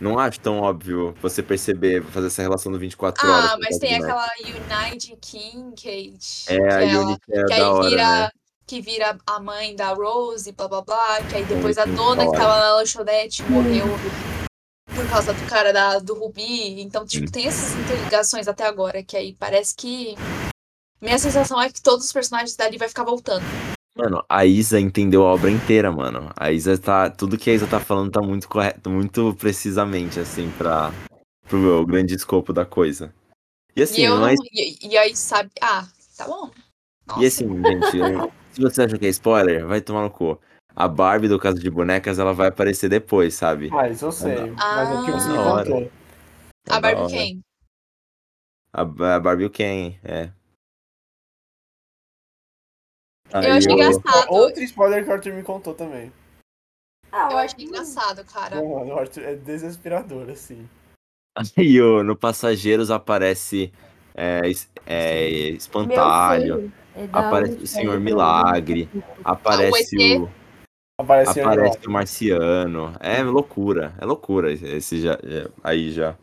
[SPEAKER 3] Não acho tão óbvio você perceber, fazer essa relação do 24 horas.
[SPEAKER 4] Ah,
[SPEAKER 3] com o
[SPEAKER 4] mas tem
[SPEAKER 3] Batman.
[SPEAKER 4] aquela United King, Kate.
[SPEAKER 3] É, a
[SPEAKER 4] ela-
[SPEAKER 3] Yuni que é
[SPEAKER 4] que
[SPEAKER 3] da
[SPEAKER 4] aí
[SPEAKER 3] hora,
[SPEAKER 4] vira,
[SPEAKER 3] né?
[SPEAKER 4] que vira a mãe da Rose, blá blá blá, que aí depois a
[SPEAKER 3] Muito
[SPEAKER 4] dona que
[SPEAKER 3] foda.
[SPEAKER 4] tava na lanchonete morreu por causa do cara da, do Rubi. Então, tipo,
[SPEAKER 3] Hum.
[SPEAKER 4] tem essas interligações até agora, que aí parece que. Minha sensação é que todos os personagens dali vai ficar voltando.
[SPEAKER 3] Mano, a Isa entendeu a obra inteira, mano. A Isa tá. Tudo que a Isa tá falando tá muito correto, muito precisamente, assim, pra. pro grande escopo da coisa. E assim,
[SPEAKER 4] e eu
[SPEAKER 3] mas.
[SPEAKER 4] não. E, e aí sabe. Ah, tá bom. Nossa.
[SPEAKER 3] E assim, gente, eu- se você acha que é spoiler, vai tomar no cu. A Barbie do caso de bonecas, ela vai aparecer depois, sabe?
[SPEAKER 1] Mas eu sei. mas é o que você me
[SPEAKER 3] Ah.
[SPEAKER 1] contou.
[SPEAKER 4] a
[SPEAKER 3] É da
[SPEAKER 4] Barbie
[SPEAKER 3] hora.
[SPEAKER 4] quem?
[SPEAKER 3] A, a Barbie o Ken, é. Aí
[SPEAKER 4] Eu achei
[SPEAKER 3] o-
[SPEAKER 4] engraçado.
[SPEAKER 1] Outro spoiler que o Arthur me contou também.
[SPEAKER 2] Ah,
[SPEAKER 4] Eu achei engraçado, cara.
[SPEAKER 1] Não, mano, o Arthur é desesperador, assim.
[SPEAKER 3] Aí o- no Passageiros aparece é, es- é,
[SPEAKER 2] Meu
[SPEAKER 3] espantalho,
[SPEAKER 2] sonho é dar
[SPEAKER 3] aparece
[SPEAKER 2] um
[SPEAKER 3] o Senhor
[SPEAKER 2] sonho
[SPEAKER 3] Milagre, aparece
[SPEAKER 4] Ah, o ET.
[SPEAKER 3] o,
[SPEAKER 1] Aparece
[SPEAKER 3] aparece
[SPEAKER 1] Aparece.
[SPEAKER 3] o Marciano. É loucura, é loucura esse- esse já, é, aí já.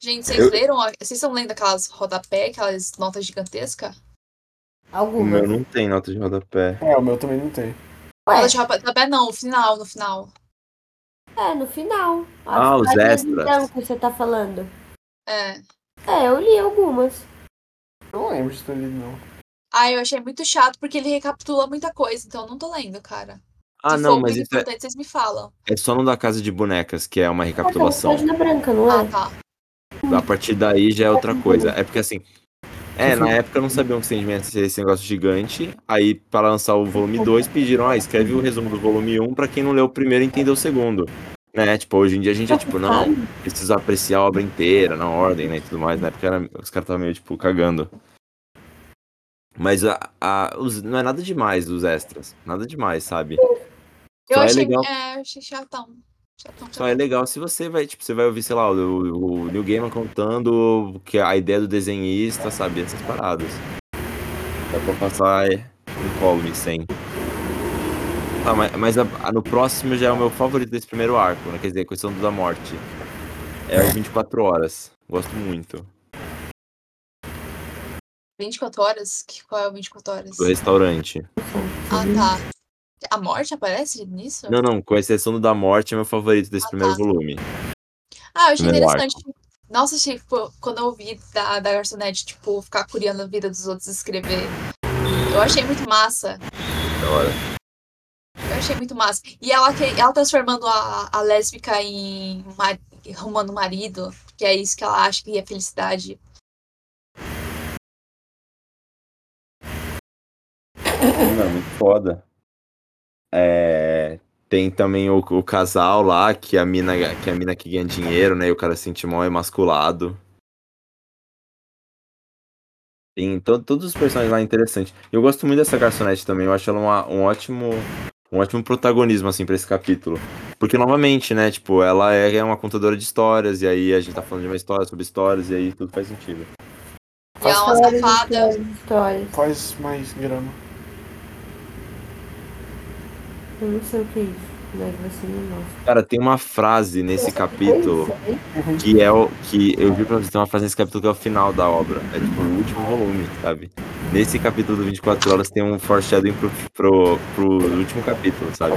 [SPEAKER 4] Gente, vocês
[SPEAKER 3] Eu-
[SPEAKER 4] leram? a- Vocês estão lendo aquelas rodapé, aquelas notas gigantescas?
[SPEAKER 2] pra-
[SPEAKER 4] Uhum.
[SPEAKER 3] O meu
[SPEAKER 2] Algumas.
[SPEAKER 3] não tem nota de rodapé.
[SPEAKER 1] É, o meu também não tem.
[SPEAKER 2] Ué,
[SPEAKER 4] Nota de rodapé não, no final, no final.
[SPEAKER 2] é, no final.
[SPEAKER 3] Ah, os
[SPEAKER 2] páginas em
[SPEAKER 3] extras.
[SPEAKER 2] branco que você tá falando.
[SPEAKER 4] É.
[SPEAKER 2] É, eu li algumas.
[SPEAKER 1] Eu não lembro de ter lido, não.
[SPEAKER 4] Ah, eu achei muito chato porque ele recapitula muita coisa, então eu não tô lendo, cara.
[SPEAKER 3] Ah,
[SPEAKER 4] Se
[SPEAKER 3] não,
[SPEAKER 4] for
[SPEAKER 3] mas
[SPEAKER 4] muito
[SPEAKER 3] isso é,
[SPEAKER 4] importante, vocês me falam.
[SPEAKER 3] é só no da Casa de Bonecas, que é
[SPEAKER 2] Ah,
[SPEAKER 3] uma
[SPEAKER 2] tá, uma
[SPEAKER 3] recapitulação.
[SPEAKER 2] página branca, não
[SPEAKER 4] Ah,
[SPEAKER 2] é?
[SPEAKER 4] tá.
[SPEAKER 3] A partir daí já é outra coisa. É porque assim, É, na época não sabiam que o Sandman ia ser esse negócio gigante. Aí, para lançar o volume 2, pediram, ah, escreve o resumo do volume 1 pra quem não leu o primeiro entender o segundo. Né? Tipo, hoje em dia a gente é tipo, não, precisa apreciar a obra inteira, na ordem, né, e tudo mais. Na época era- os caras estavam meio, tipo, cagando. Mas a, a- os- não é nada demais os extras. Nada demais, sabe?
[SPEAKER 4] Eu
[SPEAKER 3] Só é
[SPEAKER 4] achei,
[SPEAKER 3] legal.
[SPEAKER 4] é, eu achei chatão. Chatão,
[SPEAKER 3] Só é
[SPEAKER 4] chatão.
[SPEAKER 3] legal se você vai, tipo, você vai ouvir, sei lá, o, o New Gaiman contando que a ideia do desenhista, sabe? Essas paradas. Dá pra passar é, um column sem. Tá, mas, mas a- a- no próximo já é o meu favorito desse primeiro arco, né? Quer dizer, a questão da morte. É o 24 horas. Gosto muito.
[SPEAKER 4] 24 horas? Que, qual é o 24 horas?
[SPEAKER 3] Do restaurante.
[SPEAKER 4] Ah, tá. A morte aparece nisso?
[SPEAKER 3] Não, não, com exceção do da morte, é meu favorito desse
[SPEAKER 4] Então Ah,
[SPEAKER 3] primeiro
[SPEAKER 4] tá.
[SPEAKER 3] volume.
[SPEAKER 4] Ah, eu achei
[SPEAKER 3] Primeiro
[SPEAKER 4] interessante. Nossa, achei, tipo, quando eu ouvi da, da garçonete, tipo, ficar curiando a vida dos outros e escrever. Eu achei muito massa.
[SPEAKER 3] Da hora.
[SPEAKER 4] Eu achei muito massa. E ela, que- ela transformando a, a lésbica em ma- arrumando um marido, que é isso que ela acha que é felicidade.
[SPEAKER 3] Não, muito foda. É, tem também o, o casal lá, que a, mina, que a mina que ganha dinheiro, né? E o cara se sente mal emasculado. Tem to- todos os personagens lá interessantes. Eu gosto muito dessa garçonete também. Eu acho ela uma- um ótimo um ótimo protagonismo, assim, pra esse capítulo. Porque, novamente, né? Tipo, ela é, é uma contadora de histórias. E aí a gente tá falando de uma história sobre histórias. E aí tudo faz sentido.
[SPEAKER 4] E ela é uma
[SPEAKER 2] Histórias,
[SPEAKER 4] safada.
[SPEAKER 2] histórias, histórias.
[SPEAKER 1] Faz mais grama.
[SPEAKER 2] Eu não sei o que é isso, mas você me mostra.
[SPEAKER 3] Cara, tem uma frase nesse capítulo. que é o que eu vi pra vocês tem uma frase nesse capítulo que é o final da obra. É tipo o último volume, sabe? Nesse capítulo do 24 horas tem um foreshadowing pro, pro, pro último capítulo, sabe?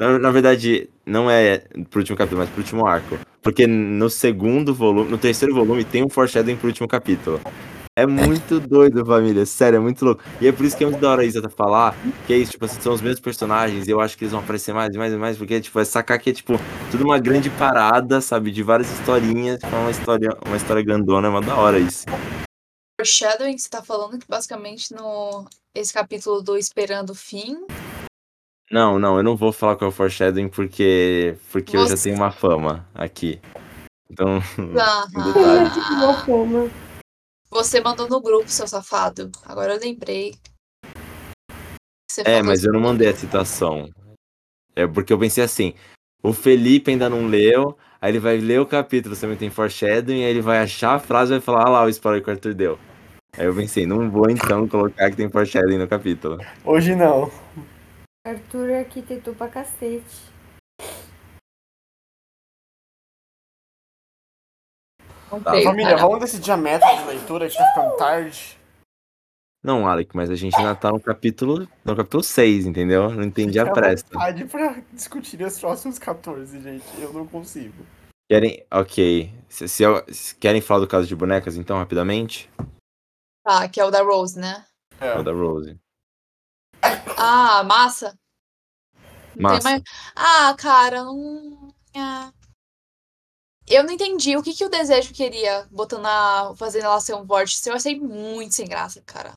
[SPEAKER 3] Na, na verdade, não é pro último capítulo, mas pro último arco. Porque no segundo volume, no terceiro volume, tem um foreshadowing pro último capítulo. É muito doido, família. Sério, é muito louco. E é por isso que é muito da hora a Isa tá falar que é isso, tipo, assim, são os mesmos personagens, e eu acho que eles vão aparecer mais e mais e mais, porque, tipo, é sacar que é, tipo, tudo uma grande parada, sabe? De várias historinhas, tipo, é uma história, uma história grandona, é uma da hora isso.
[SPEAKER 4] Foreshadowing, você tá falando que basicamente no esse capítulo do Esperando o Fim.
[SPEAKER 3] Não, não, eu não vou falar qual é o foreshadowing porque, porque eu já
[SPEAKER 4] Nossa.
[SPEAKER 3] tenho uma fama aqui. Então,
[SPEAKER 4] Aham.
[SPEAKER 2] é
[SPEAKER 3] detalhe.
[SPEAKER 2] Tipo,
[SPEAKER 4] Você mandou no grupo, seu safado. Agora eu lembrei. Você
[SPEAKER 3] é,
[SPEAKER 4] falou
[SPEAKER 3] mas eu não mandei a citação. É porque eu pensei assim, o Felipe ainda não leu, aí ele vai ler o capítulo, também tem foreshadowing, aí ele vai achar a frase e vai falar, ah lá, o spoiler que o Arthur deu. Aí eu pensei, não vou então colocar que tem foreshadowing no capítulo.
[SPEAKER 1] Hoje não.
[SPEAKER 4] Ah.
[SPEAKER 2] Arthur arquitetou pra cacete.
[SPEAKER 4] não
[SPEAKER 3] Tá.
[SPEAKER 4] veio,
[SPEAKER 1] Família,
[SPEAKER 4] cara.
[SPEAKER 1] vamos decidir a meta de leitura que tá ficando tarde.
[SPEAKER 3] Não, Alec, mas a gente ainda tá no capítulo, no capítulo 6, entendeu? Não entendi a
[SPEAKER 1] Fica à
[SPEAKER 3] presta.
[SPEAKER 1] vontade pra discutir os próximos 14, gente. Eu não consigo.
[SPEAKER 3] Querem, ok. Se, se eu- se querem falar do caso de bonecas, então, rapidamente?
[SPEAKER 4] Tá, que é o da Rose, né?
[SPEAKER 1] Tá.
[SPEAKER 3] É o da Rose.
[SPEAKER 4] Ah, massa. Não tem
[SPEAKER 3] Massa.
[SPEAKER 4] mais- Ah, cara, não. ah. Eu não entendi o que, que o desejo queria botando a... fazendo ela ser um vórtice. Eu achei muito sem graça, cara.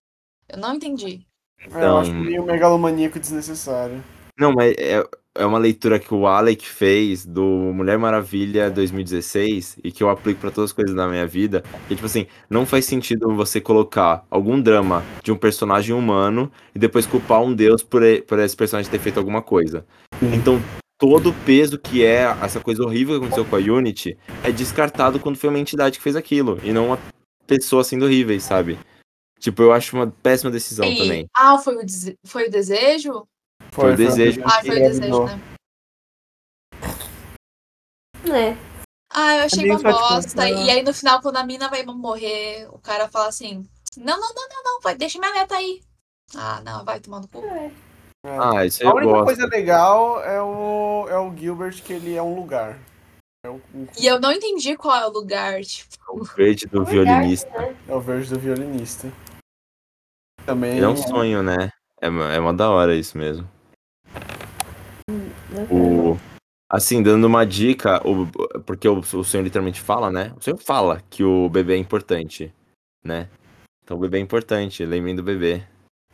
[SPEAKER 4] Eu não entendi.
[SPEAKER 1] É, eu
[SPEAKER 3] Então-
[SPEAKER 1] acho meio megalomaníaco e desnecessário.
[SPEAKER 3] Não, mas é, é uma leitura que o Alec fez do Mulher Maravilha 2016 e que eu aplico pra todas as coisas da minha vida. Que, tipo assim, não faz sentido você colocar algum drama de um personagem humano e depois culpar um deus por, e- por esse personagem ter feito alguma coisa. Então, todo o peso que é essa coisa horrível que aconteceu com a Unity é descartado quando foi uma entidade que fez aquilo e não uma pessoa sendo horrível, sabe? Tipo, eu acho uma péssima decisão
[SPEAKER 4] E-
[SPEAKER 3] também.
[SPEAKER 4] Ah, foi o, dese- foi o desejo?
[SPEAKER 3] Foi
[SPEAKER 1] um
[SPEAKER 3] o desejo.
[SPEAKER 4] Ah, foi o desejo, né?
[SPEAKER 2] É.
[SPEAKER 4] Ah, eu achei
[SPEAKER 1] meio
[SPEAKER 4] uma bosta.
[SPEAKER 1] satisfatório.
[SPEAKER 4] E aí no final, quando a mina vai morrer, o cara fala assim: Não, não, não, não, não, vai, deixa minha neta aí. Ah, não, vai tomar no cu.
[SPEAKER 3] Ah, isso aí
[SPEAKER 1] A
[SPEAKER 3] eu
[SPEAKER 1] única
[SPEAKER 3] gosto.
[SPEAKER 1] coisa legal é o, é o Gilbert, que ele é um lugar. É o, o-
[SPEAKER 4] E eu não entendi qual é o lugar. Tipo,
[SPEAKER 3] O verde do violinista.
[SPEAKER 4] né?
[SPEAKER 1] é o verde do violinista. Também.
[SPEAKER 3] Ele é um sonho, né? É, mó- é uma da hora isso mesmo. O, assim, dando uma dica, o, porque o, o senhor literalmente fala, né? O senhor fala que o bebê é importante, né? Então o bebê é importante, lembrem do bebê.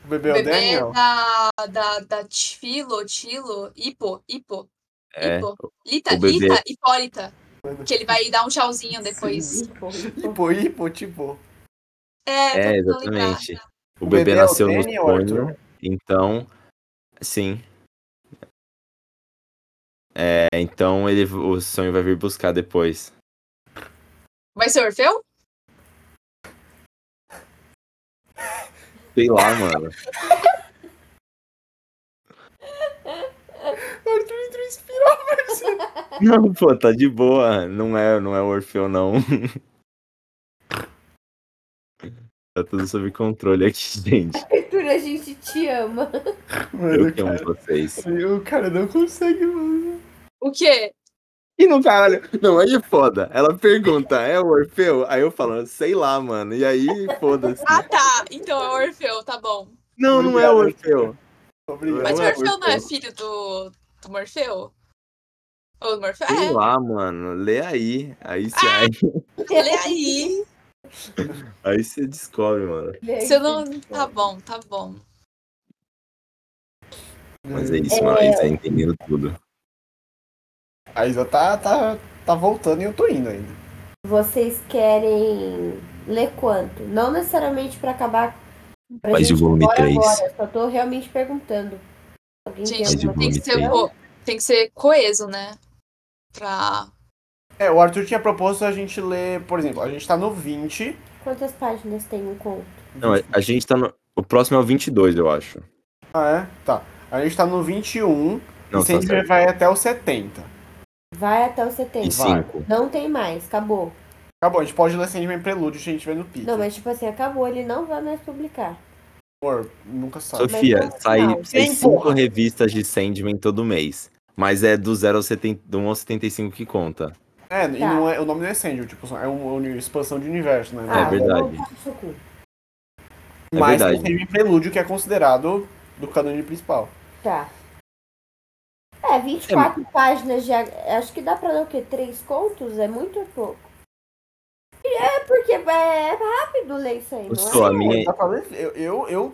[SPEAKER 1] O bebê é o
[SPEAKER 4] Bebê tá.
[SPEAKER 1] Daniel?
[SPEAKER 4] da, da, da Tfilo, Tilo, Hipo, Hipo,
[SPEAKER 3] É,
[SPEAKER 4] Hipo. Lita,
[SPEAKER 3] o bebê-
[SPEAKER 4] Lita, Hipólita. Que ele vai dar um tchauzinho depois.
[SPEAKER 1] Hipo, hipo, tipo.
[SPEAKER 4] É,
[SPEAKER 3] é
[SPEAKER 4] tô tentando lembrar.
[SPEAKER 3] exatamente. O bebê
[SPEAKER 1] é o
[SPEAKER 3] nasceu no
[SPEAKER 1] Daniel, Arthur?
[SPEAKER 3] sonho, então, sim. É, então ele, o sonho vai vir buscar depois.
[SPEAKER 4] Vai ser é Orfeu?
[SPEAKER 3] Sei lá, mano.
[SPEAKER 1] Arthur entrou inspirado.
[SPEAKER 3] Não, pô, tá de boa. Não é, não é o Orfeu, não. Tá tudo sob controle aqui, gente.
[SPEAKER 2] Arthur, a gente te ama.
[SPEAKER 1] Mano,
[SPEAKER 3] Eu que
[SPEAKER 1] cara,
[SPEAKER 3] amo vocês.
[SPEAKER 1] o cara não consegue, mano.
[SPEAKER 4] O quê?
[SPEAKER 3] E não, caralho. Não, aí é foda. Ela pergunta, é o Orfeu? Aí eu falo, sei lá, mano. E aí, foda-se.
[SPEAKER 4] Ah, tá. Então é o Orfeu, tá bom.
[SPEAKER 3] Não, não é o Orfeu.
[SPEAKER 1] Obrigado.
[SPEAKER 4] Mas
[SPEAKER 3] Não
[SPEAKER 4] o
[SPEAKER 3] é
[SPEAKER 4] Orfeu não é
[SPEAKER 3] Orfeu.
[SPEAKER 4] filho do, do Morfeu? Ou do Morfeu?
[SPEAKER 3] Sei
[SPEAKER 4] É,
[SPEAKER 3] lá, mano. Lê aí. Aí você aí,
[SPEAKER 4] lê aí.
[SPEAKER 3] aí você descobre, mano.
[SPEAKER 4] Se eu não... Tá bom, tá bom.
[SPEAKER 3] Mas é isso, mano. Aí você tá entendendo tudo.
[SPEAKER 1] A Isa tá, tá, tá voltando e eu tô indo ainda.
[SPEAKER 2] Vocês querem ler quanto? Não necessariamente pra acabar. Pra
[SPEAKER 3] Faz
[SPEAKER 2] gente
[SPEAKER 3] o volume
[SPEAKER 2] ir embora
[SPEAKER 3] 3.
[SPEAKER 2] Agora. Só tô realmente perguntando. Alguém tem
[SPEAKER 4] Gente,
[SPEAKER 2] alguma
[SPEAKER 3] Mas de
[SPEAKER 4] tem que, ser
[SPEAKER 3] boa,
[SPEAKER 4] co- tem que ser coeso, né? Pra...
[SPEAKER 1] É, o Arthur tinha proposto a gente ler, por exemplo, a gente tá no 20.
[SPEAKER 2] Quantas páginas tem um conto?
[SPEAKER 3] Não, a gente tá no. O próximo é o 22, eu acho.
[SPEAKER 1] Ah, é? Tá. A gente tá no 21
[SPEAKER 3] Não,
[SPEAKER 1] e
[SPEAKER 3] tá
[SPEAKER 1] sempre
[SPEAKER 3] certo.
[SPEAKER 1] vai até o 70.
[SPEAKER 2] Vai até o 70.
[SPEAKER 3] E 5.
[SPEAKER 2] Não tem mais, acabou.
[SPEAKER 1] Acabou, Tá a gente pode ler Sandman Prelude se a gente tiver no pique.
[SPEAKER 2] Não, mas tipo assim, acabou, ele não vai mais publicar.
[SPEAKER 1] Amor, nunca sabe.
[SPEAKER 3] Sofia,
[SPEAKER 2] vamos
[SPEAKER 3] sai,
[SPEAKER 2] lá.
[SPEAKER 3] sai
[SPEAKER 1] Sim,
[SPEAKER 3] cinco
[SPEAKER 1] porra.
[SPEAKER 3] revistas de Sandman todo mês. Mas é do 0 ao 70, do 1 ao 75 que conta.
[SPEAKER 1] É, e
[SPEAKER 2] Tá.
[SPEAKER 1] não é, o nome não é Sandman, tipo, é uma uni- expansão de universo, né?
[SPEAKER 3] É
[SPEAKER 2] Ah,
[SPEAKER 3] verdade.
[SPEAKER 2] vamos pro seu cu.
[SPEAKER 3] É
[SPEAKER 1] Mas tem
[SPEAKER 3] verdade.
[SPEAKER 1] Sandman Prelude, que é considerado do cânone principal.
[SPEAKER 2] Tá. É, 24 páginas de. a- Acho que dá pra ler o quê? Três contos? É muito ou pouco? É, porque é rápido ler isso aí, não
[SPEAKER 3] Só
[SPEAKER 2] é?
[SPEAKER 3] a minha.
[SPEAKER 1] Dá pra ler? Eu, eu, eu-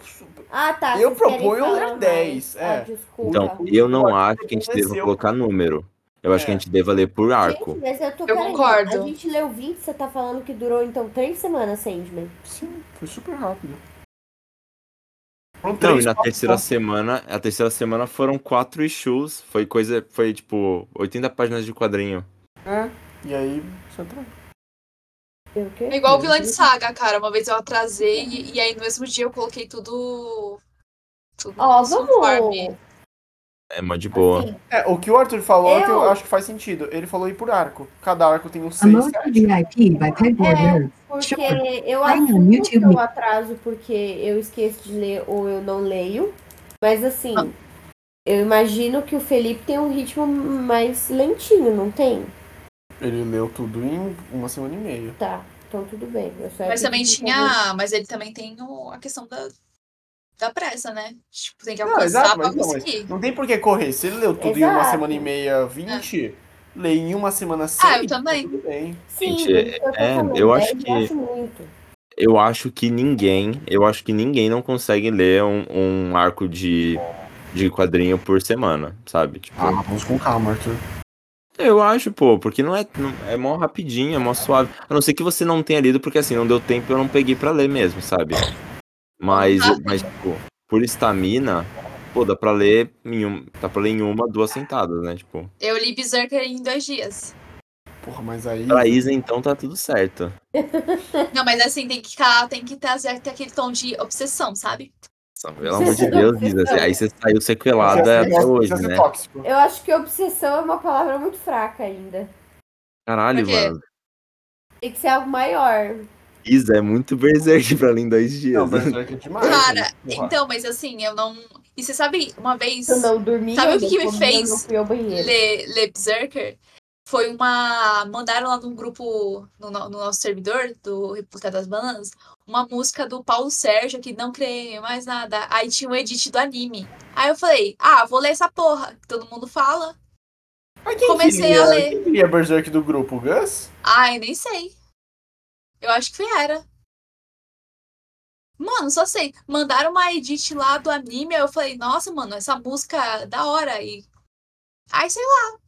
[SPEAKER 2] Ah, tá.
[SPEAKER 1] Eu
[SPEAKER 2] vocês querem
[SPEAKER 1] proponho
[SPEAKER 2] falar
[SPEAKER 1] ler
[SPEAKER 2] mais.
[SPEAKER 1] 10,
[SPEAKER 2] Ah,
[SPEAKER 1] é.
[SPEAKER 2] desculpa.
[SPEAKER 3] Então, eu não acho que a gente deva
[SPEAKER 1] Aconteceu.
[SPEAKER 3] colocar número. Eu acho que a gente deva ler por
[SPEAKER 2] Gente,
[SPEAKER 3] arco.
[SPEAKER 2] mas eu tô
[SPEAKER 4] Eu concordo.
[SPEAKER 2] A gente leu 20, você tá falando que durou então três semanas, Sandman.
[SPEAKER 1] Sim, foi super rápido. Foram
[SPEAKER 3] Não,
[SPEAKER 1] três, tá?
[SPEAKER 3] e na
[SPEAKER 1] quatro
[SPEAKER 3] terceira semana, a terceira semana foram quatro issues. Foi coisa, foi tipo 80 páginas de quadrinho.
[SPEAKER 1] E aí, você entra.
[SPEAKER 2] Eu o quê?
[SPEAKER 4] É igual o vilã de saga, cara. Uma vez eu atrasei e, e aí no mesmo dia eu coloquei tudo. Tudo
[SPEAKER 2] Ó,
[SPEAKER 4] no
[SPEAKER 2] vamos.
[SPEAKER 4] conforme.
[SPEAKER 3] É mó de boa.
[SPEAKER 2] Assim,
[SPEAKER 1] É, o que o Arthur falou é que eu
[SPEAKER 2] Eu-
[SPEAKER 1] acho que faz sentido. Ele falou aí por arco. Cada arco tem uns
[SPEAKER 5] A
[SPEAKER 1] seis,
[SPEAKER 5] mode
[SPEAKER 1] sete.
[SPEAKER 5] VIP by Pegboard
[SPEAKER 2] É.
[SPEAKER 5] Nerds.
[SPEAKER 2] Porque
[SPEAKER 5] Sure.
[SPEAKER 2] eu
[SPEAKER 5] Vai no
[SPEAKER 2] assumo que
[SPEAKER 5] YouTube.
[SPEAKER 2] eu atraso porque eu esqueço de ler ou eu não leio. Mas assim, eu imagino que o Felipe tem um ritmo mais lentinho, não tem?
[SPEAKER 1] Ele leu tudo em uma semana e meia.
[SPEAKER 2] Tá, então tudo bem. Eu só ia
[SPEAKER 4] Mas
[SPEAKER 2] pedir
[SPEAKER 4] também
[SPEAKER 2] pra
[SPEAKER 4] tinha. Mas ele também tem o- a questão da, da pressa, né? Tipo, tem que
[SPEAKER 1] Não,
[SPEAKER 4] alcançar
[SPEAKER 1] exato,
[SPEAKER 4] pra
[SPEAKER 1] mas não, mas
[SPEAKER 4] conseguir.
[SPEAKER 1] não tem por que correr. Se ele leu tudo em uma
[SPEAKER 2] Exato.
[SPEAKER 1] semana e meia, 20, lê em uma semana, seis.
[SPEAKER 4] Ah, eu também.
[SPEAKER 1] tá Tudo bem.
[SPEAKER 2] você- Sim,
[SPEAKER 3] Gente,
[SPEAKER 2] por isso que eu tô
[SPEAKER 3] é,
[SPEAKER 2] falando,
[SPEAKER 3] eu
[SPEAKER 2] dez
[SPEAKER 3] acho que-
[SPEAKER 2] muito.
[SPEAKER 3] Eu acho que ninguém, eu acho que ninguém não consegue ler um, um arco de, de quadrinho por semana, sabe? Tipo,
[SPEAKER 1] Ah, vamos com calma, Arthur.
[SPEAKER 3] eu acho, pô, porque não é, não- é mó rapidinho, é mó suave. A não ser que você não tenha lido, porque assim, não deu tempo, eu não peguei pra ler mesmo, sabe? Mas,
[SPEAKER 4] Ah.
[SPEAKER 3] mas tipo, por estamina, pô, dá pra ler em, um, dá pra ler em uma, duas sentadas, né? Tipo,
[SPEAKER 4] Eu li Berserker em dois dias.
[SPEAKER 1] Porra, mas aí.
[SPEAKER 3] pra Isa, então, tá tudo certo.
[SPEAKER 4] Não, mas assim, tem que ficar, tem que trazer até aquele tom de obsessão, sabe?
[SPEAKER 3] Nossa, Pelo amor de Deus, Isa, assim, aí você saiu
[SPEAKER 1] Precisa
[SPEAKER 3] sequelada
[SPEAKER 1] ser-
[SPEAKER 3] até hoje,
[SPEAKER 1] precisa ser
[SPEAKER 3] né?
[SPEAKER 1] tóxico.
[SPEAKER 2] Eu acho que obsessão é uma palavra muito fraca ainda.
[SPEAKER 3] Caralho,
[SPEAKER 4] Por quê?
[SPEAKER 3] mano.
[SPEAKER 2] Tem que ser algo maior.
[SPEAKER 3] Isa é muito berserk pra ler em dois dias.
[SPEAKER 1] Não, mas é que é demais.
[SPEAKER 4] Cara,
[SPEAKER 1] né? Porra.
[SPEAKER 4] então, mas assim, eu não. E você sabe, uma vez.
[SPEAKER 2] Se eu não dormi,
[SPEAKER 4] Sabe
[SPEAKER 2] eu
[SPEAKER 4] o que que me
[SPEAKER 2] não comi,
[SPEAKER 4] fez
[SPEAKER 2] eu não fui ao banheiro.
[SPEAKER 4] Le, Le Berserker foi uma. Mandaram lá num grupo, no, no no nosso servidor do República das Bananas, uma música do Paulo Sérgio, que não creio em mais nada. Aí tinha um edit do anime. Aí eu falei, ah, vou ler essa porra, que todo mundo fala.
[SPEAKER 1] Mas quem
[SPEAKER 4] comecei
[SPEAKER 1] queria-
[SPEAKER 4] a ler.
[SPEAKER 1] Quem queria Berserk do grupo? O Gus?
[SPEAKER 4] Ai, nem sei. Eu acho que era. Mano, só sei. Mandaram uma edit lá do anime, aí eu falei, nossa, mano, essa música é da hora. E... Aí, sei lá,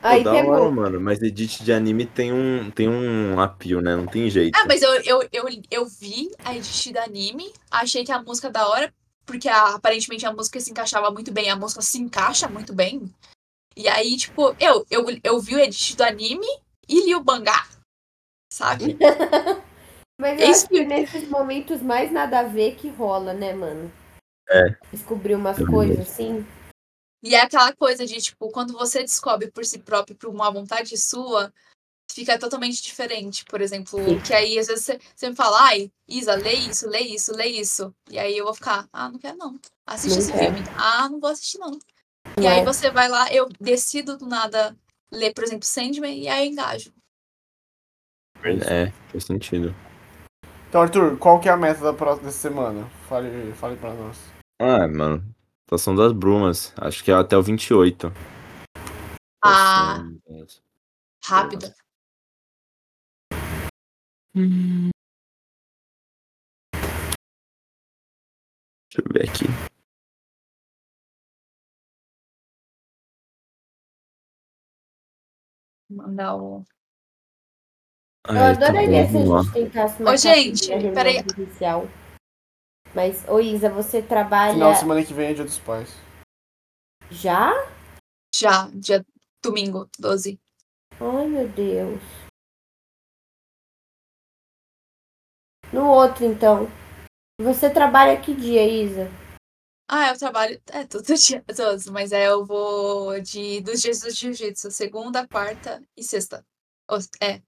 [SPEAKER 2] Aí
[SPEAKER 3] da hora,
[SPEAKER 2] pegou.
[SPEAKER 3] mano. Mas edit de anime tem um, tem um apio, né? Não tem jeito.
[SPEAKER 4] Ah, mas eu, eu, eu, eu vi a edit do anime, achei que a música da hora, porque a- aparentemente a música se encaixava muito bem, a música se encaixa muito bem. E aí, tipo, eu, eu, eu vi o edit do anime e li o mangá, sabe?
[SPEAKER 2] Mas eu
[SPEAKER 4] Isso
[SPEAKER 2] acho que nesses momentos mais nada a ver que rola, né, mano?
[SPEAKER 3] É.
[SPEAKER 2] Descobrir umas
[SPEAKER 3] É
[SPEAKER 2] coisas assim.
[SPEAKER 4] E é aquela coisa de, tipo, quando você descobre por si próprio, por uma vontade sua, fica totalmente diferente. Por exemplo, que aí às vezes você, você me fala, ai, Isa, lê isso, lê isso, lê isso. E aí eu vou ficar, ah, não quero não. Assiste
[SPEAKER 2] Não
[SPEAKER 4] esse
[SPEAKER 2] quero.
[SPEAKER 4] filme. Ah, não vou assistir não. E
[SPEAKER 2] né?
[SPEAKER 4] aí você vai lá, eu decido do nada ler, por exemplo, Sandman, e aí eu engajo.
[SPEAKER 3] É, faz sentido.
[SPEAKER 1] Então, Arthur, qual que é a meta da próxima dessa semana? Fale, fale pra nós.
[SPEAKER 3] Ah, mano. Estação das Brumas. Acho que é até o 28.
[SPEAKER 4] Ah,
[SPEAKER 3] Estação Tá das-
[SPEAKER 4] rápida.
[SPEAKER 3] Deixa eu ver aqui.
[SPEAKER 4] Mandar o.
[SPEAKER 2] Eu
[SPEAKER 3] Ai, tá
[SPEAKER 2] adoraria
[SPEAKER 3] bom,
[SPEAKER 2] se a
[SPEAKER 3] vamos lá.
[SPEAKER 2] gente tentasse marcar
[SPEAKER 4] gente,
[SPEAKER 2] primeira reunião
[SPEAKER 4] peraí.
[SPEAKER 2] presencial. Mas, ô Isa, você trabalha
[SPEAKER 1] Final de semana que vem é dia dos pais.
[SPEAKER 2] já?
[SPEAKER 4] Já, dia domingo, 12.
[SPEAKER 2] Ai, meu Deus. No outro, então. Você trabalha que dia, Isa?
[SPEAKER 4] Ah, eu trabalho. É, todo dia, todos, mas aí eu vou de, dos dias do jiu-jitsu, segunda, quarta e sexta. Ou- É.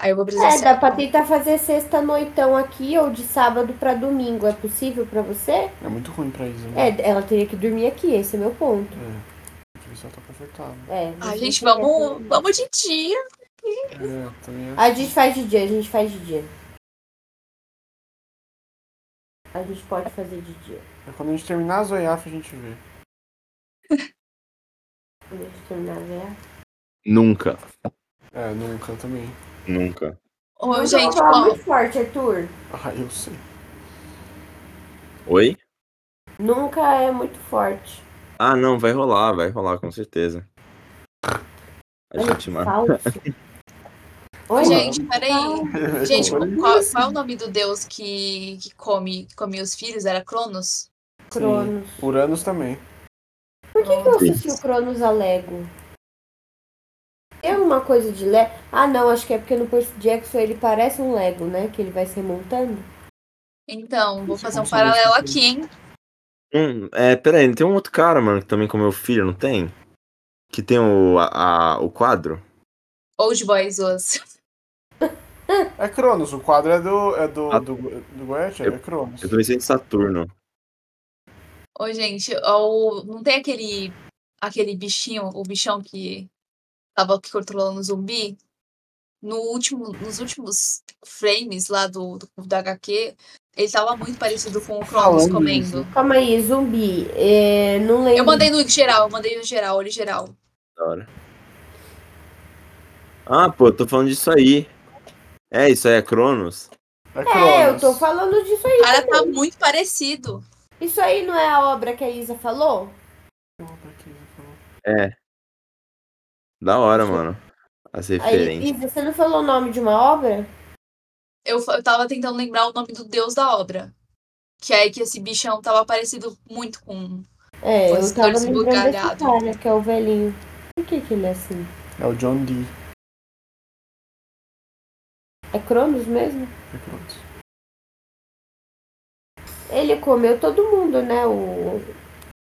[SPEAKER 4] Aí eu vou
[SPEAKER 2] É,
[SPEAKER 4] presenciar.
[SPEAKER 2] dá pra tentar fazer sexta noitão aqui ou de sábado pra domingo. É possível pra você?
[SPEAKER 1] É muito ruim pra Isa, né?
[SPEAKER 2] É, ela teria que dormir aqui, esse é meu ponto.
[SPEAKER 1] Deixa eu ver se ela tá confortável.
[SPEAKER 2] É.
[SPEAKER 4] Ai,
[SPEAKER 2] você
[SPEAKER 4] Ah, gente,
[SPEAKER 2] quer
[SPEAKER 4] vamos,
[SPEAKER 2] dormir.
[SPEAKER 4] vamos de dia.
[SPEAKER 1] É, também é.
[SPEAKER 2] A gente faz de dia, a gente faz de dia. A gente pode fazer de dia.
[SPEAKER 1] É Quando a gente terminar a Zoiafa, a gente vê.
[SPEAKER 2] Quando a gente terminar a guerra.
[SPEAKER 3] Nunca.
[SPEAKER 1] É, nunca também.
[SPEAKER 3] Nunca.
[SPEAKER 4] Ô,
[SPEAKER 2] Não,
[SPEAKER 4] gente,
[SPEAKER 2] não,
[SPEAKER 4] ó,
[SPEAKER 2] muito forte, Arthur.
[SPEAKER 1] Ah, eu sei.
[SPEAKER 3] Oi?
[SPEAKER 2] Nunca é muito forte.
[SPEAKER 3] Ah, não, vai rolar, vai rolar, com certeza. A gente marca.
[SPEAKER 2] Falso. Oi,
[SPEAKER 4] gente, peraí. Gente,
[SPEAKER 1] Como
[SPEAKER 4] qual, qual é o nome do deus que, que come, que come os filhos? Era Cronos?
[SPEAKER 2] Cronos.
[SPEAKER 1] Uranus também.
[SPEAKER 2] Por que, que eu assisti o Cronos a Lego? Tem alguma coisa de Lego? Ah, não, acho que é porque no Percy Jackson ele parece um Lego, né? Que ele vai se remontando.
[SPEAKER 4] Então, vou
[SPEAKER 2] é
[SPEAKER 4] fazer um
[SPEAKER 1] Nossa, mas
[SPEAKER 2] né?
[SPEAKER 4] paralelo
[SPEAKER 1] que
[SPEAKER 4] aqui, hein?
[SPEAKER 3] Hum, é, peraí, tem um outro cara, mano, que também comeu filho, não tem? Que tem o, a, a- o quadro?
[SPEAKER 4] Old Boys Us.
[SPEAKER 1] É Cronos, o quadro é do. é do.
[SPEAKER 3] Ah.
[SPEAKER 1] do, do Goethe, é Cronos.
[SPEAKER 3] Eu pensei em Saturno.
[SPEAKER 4] Ô, gente, ó, o- não tem aquele, aquele bichinho, o bichão que tava controlando o zumbi? No último, nos últimos frames lá do, do, do HQ, ele tava muito parecido com o Cronos
[SPEAKER 1] Falando
[SPEAKER 4] comendo.
[SPEAKER 2] Calma aí, zumbi. É, não lembro.
[SPEAKER 4] Eu mandei no geral, eu mandei no geral, olho geral.
[SPEAKER 3] Da hora. Ah, pô, eu tô falando disso aí. É, isso aí é Cronos?
[SPEAKER 1] É
[SPEAKER 2] É, eu
[SPEAKER 1] Cronos.
[SPEAKER 2] tô falando disso aí.
[SPEAKER 4] Cara, tá muito parecido.
[SPEAKER 2] Isso aí não é a obra que a Isa falou?
[SPEAKER 1] Opa, aqui, você falou.
[SPEAKER 3] É. Da hora, mano. As
[SPEAKER 2] Aí,
[SPEAKER 3] referências.
[SPEAKER 2] Isa, você não falou o nome de uma obra?
[SPEAKER 4] eu, fa- eu tava tentando lembrar o nome do deus da obra. Que é que esse bichão tava parecido muito com.
[SPEAKER 2] É,
[SPEAKER 4] Pois
[SPEAKER 2] eu tava
[SPEAKER 4] Carlos
[SPEAKER 2] lembrando desse
[SPEAKER 4] Bugalhado.
[SPEAKER 2] cara, que é o velhinho. Por que que ele é assim?
[SPEAKER 1] É o John Dee.
[SPEAKER 2] É Cronos mesmo?
[SPEAKER 1] É Cronos.
[SPEAKER 2] Ele comeu todo mundo, né? O...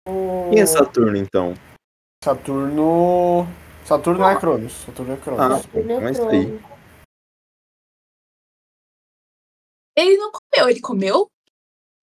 [SPEAKER 2] o...
[SPEAKER 3] Quem é Saturno, então?
[SPEAKER 1] Saturno. Saturno não é Cronos. Saturno é
[SPEAKER 3] Ah,
[SPEAKER 1] Cronos.
[SPEAKER 3] pô, então é isso aí.
[SPEAKER 4] Ele não comeu, ele comeu?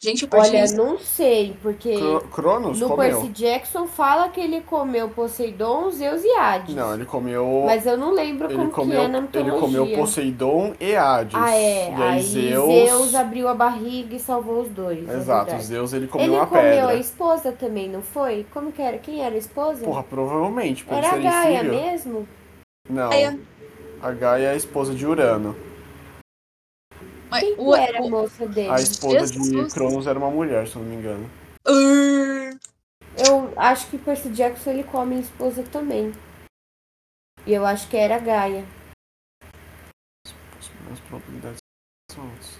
[SPEAKER 4] Gente, eu perdi
[SPEAKER 2] Olha,
[SPEAKER 4] isso.
[SPEAKER 2] não sei, porque
[SPEAKER 1] Cro- Cronos
[SPEAKER 2] no Percy
[SPEAKER 1] comeu.
[SPEAKER 2] Jackson fala que ele comeu Poseidon, Zeus e Hades.
[SPEAKER 1] Não, ele comeu.
[SPEAKER 2] Mas eu não lembro
[SPEAKER 1] Ele
[SPEAKER 2] como
[SPEAKER 1] comeu,
[SPEAKER 2] que é na
[SPEAKER 1] ele
[SPEAKER 2] mitologia.
[SPEAKER 1] comeu Poseidon e Hades.
[SPEAKER 2] Ah, é.
[SPEAKER 1] E aí,
[SPEAKER 2] Aí Zeus...
[SPEAKER 1] Zeus.
[SPEAKER 2] abriu a barriga e salvou os dois. é
[SPEAKER 1] Exato,
[SPEAKER 2] verdade.
[SPEAKER 1] Zeus ele comeu
[SPEAKER 2] ele
[SPEAKER 1] uma
[SPEAKER 2] comeu
[SPEAKER 1] pedra.
[SPEAKER 2] a esposa também, não foi? Como que era? Quem era a esposa?
[SPEAKER 1] Porra, provavelmente, por eles
[SPEAKER 2] era a
[SPEAKER 1] serem
[SPEAKER 2] Gaia
[SPEAKER 1] filho.
[SPEAKER 2] mesmo?
[SPEAKER 1] Não,
[SPEAKER 4] Gaia.
[SPEAKER 1] a Gaia é a esposa de Urano.
[SPEAKER 4] Mas
[SPEAKER 2] Quem
[SPEAKER 4] o-
[SPEAKER 2] que era a
[SPEAKER 4] o-
[SPEAKER 2] moça dele?
[SPEAKER 1] A esposa de
[SPEAKER 4] Jesus.
[SPEAKER 1] Cronos era uma mulher, se eu não me engano.
[SPEAKER 4] Urr.
[SPEAKER 2] Eu acho que Percy Jackson ele come a esposa também. E eu acho que era a Gaia.
[SPEAKER 1] As probabilidades são altas.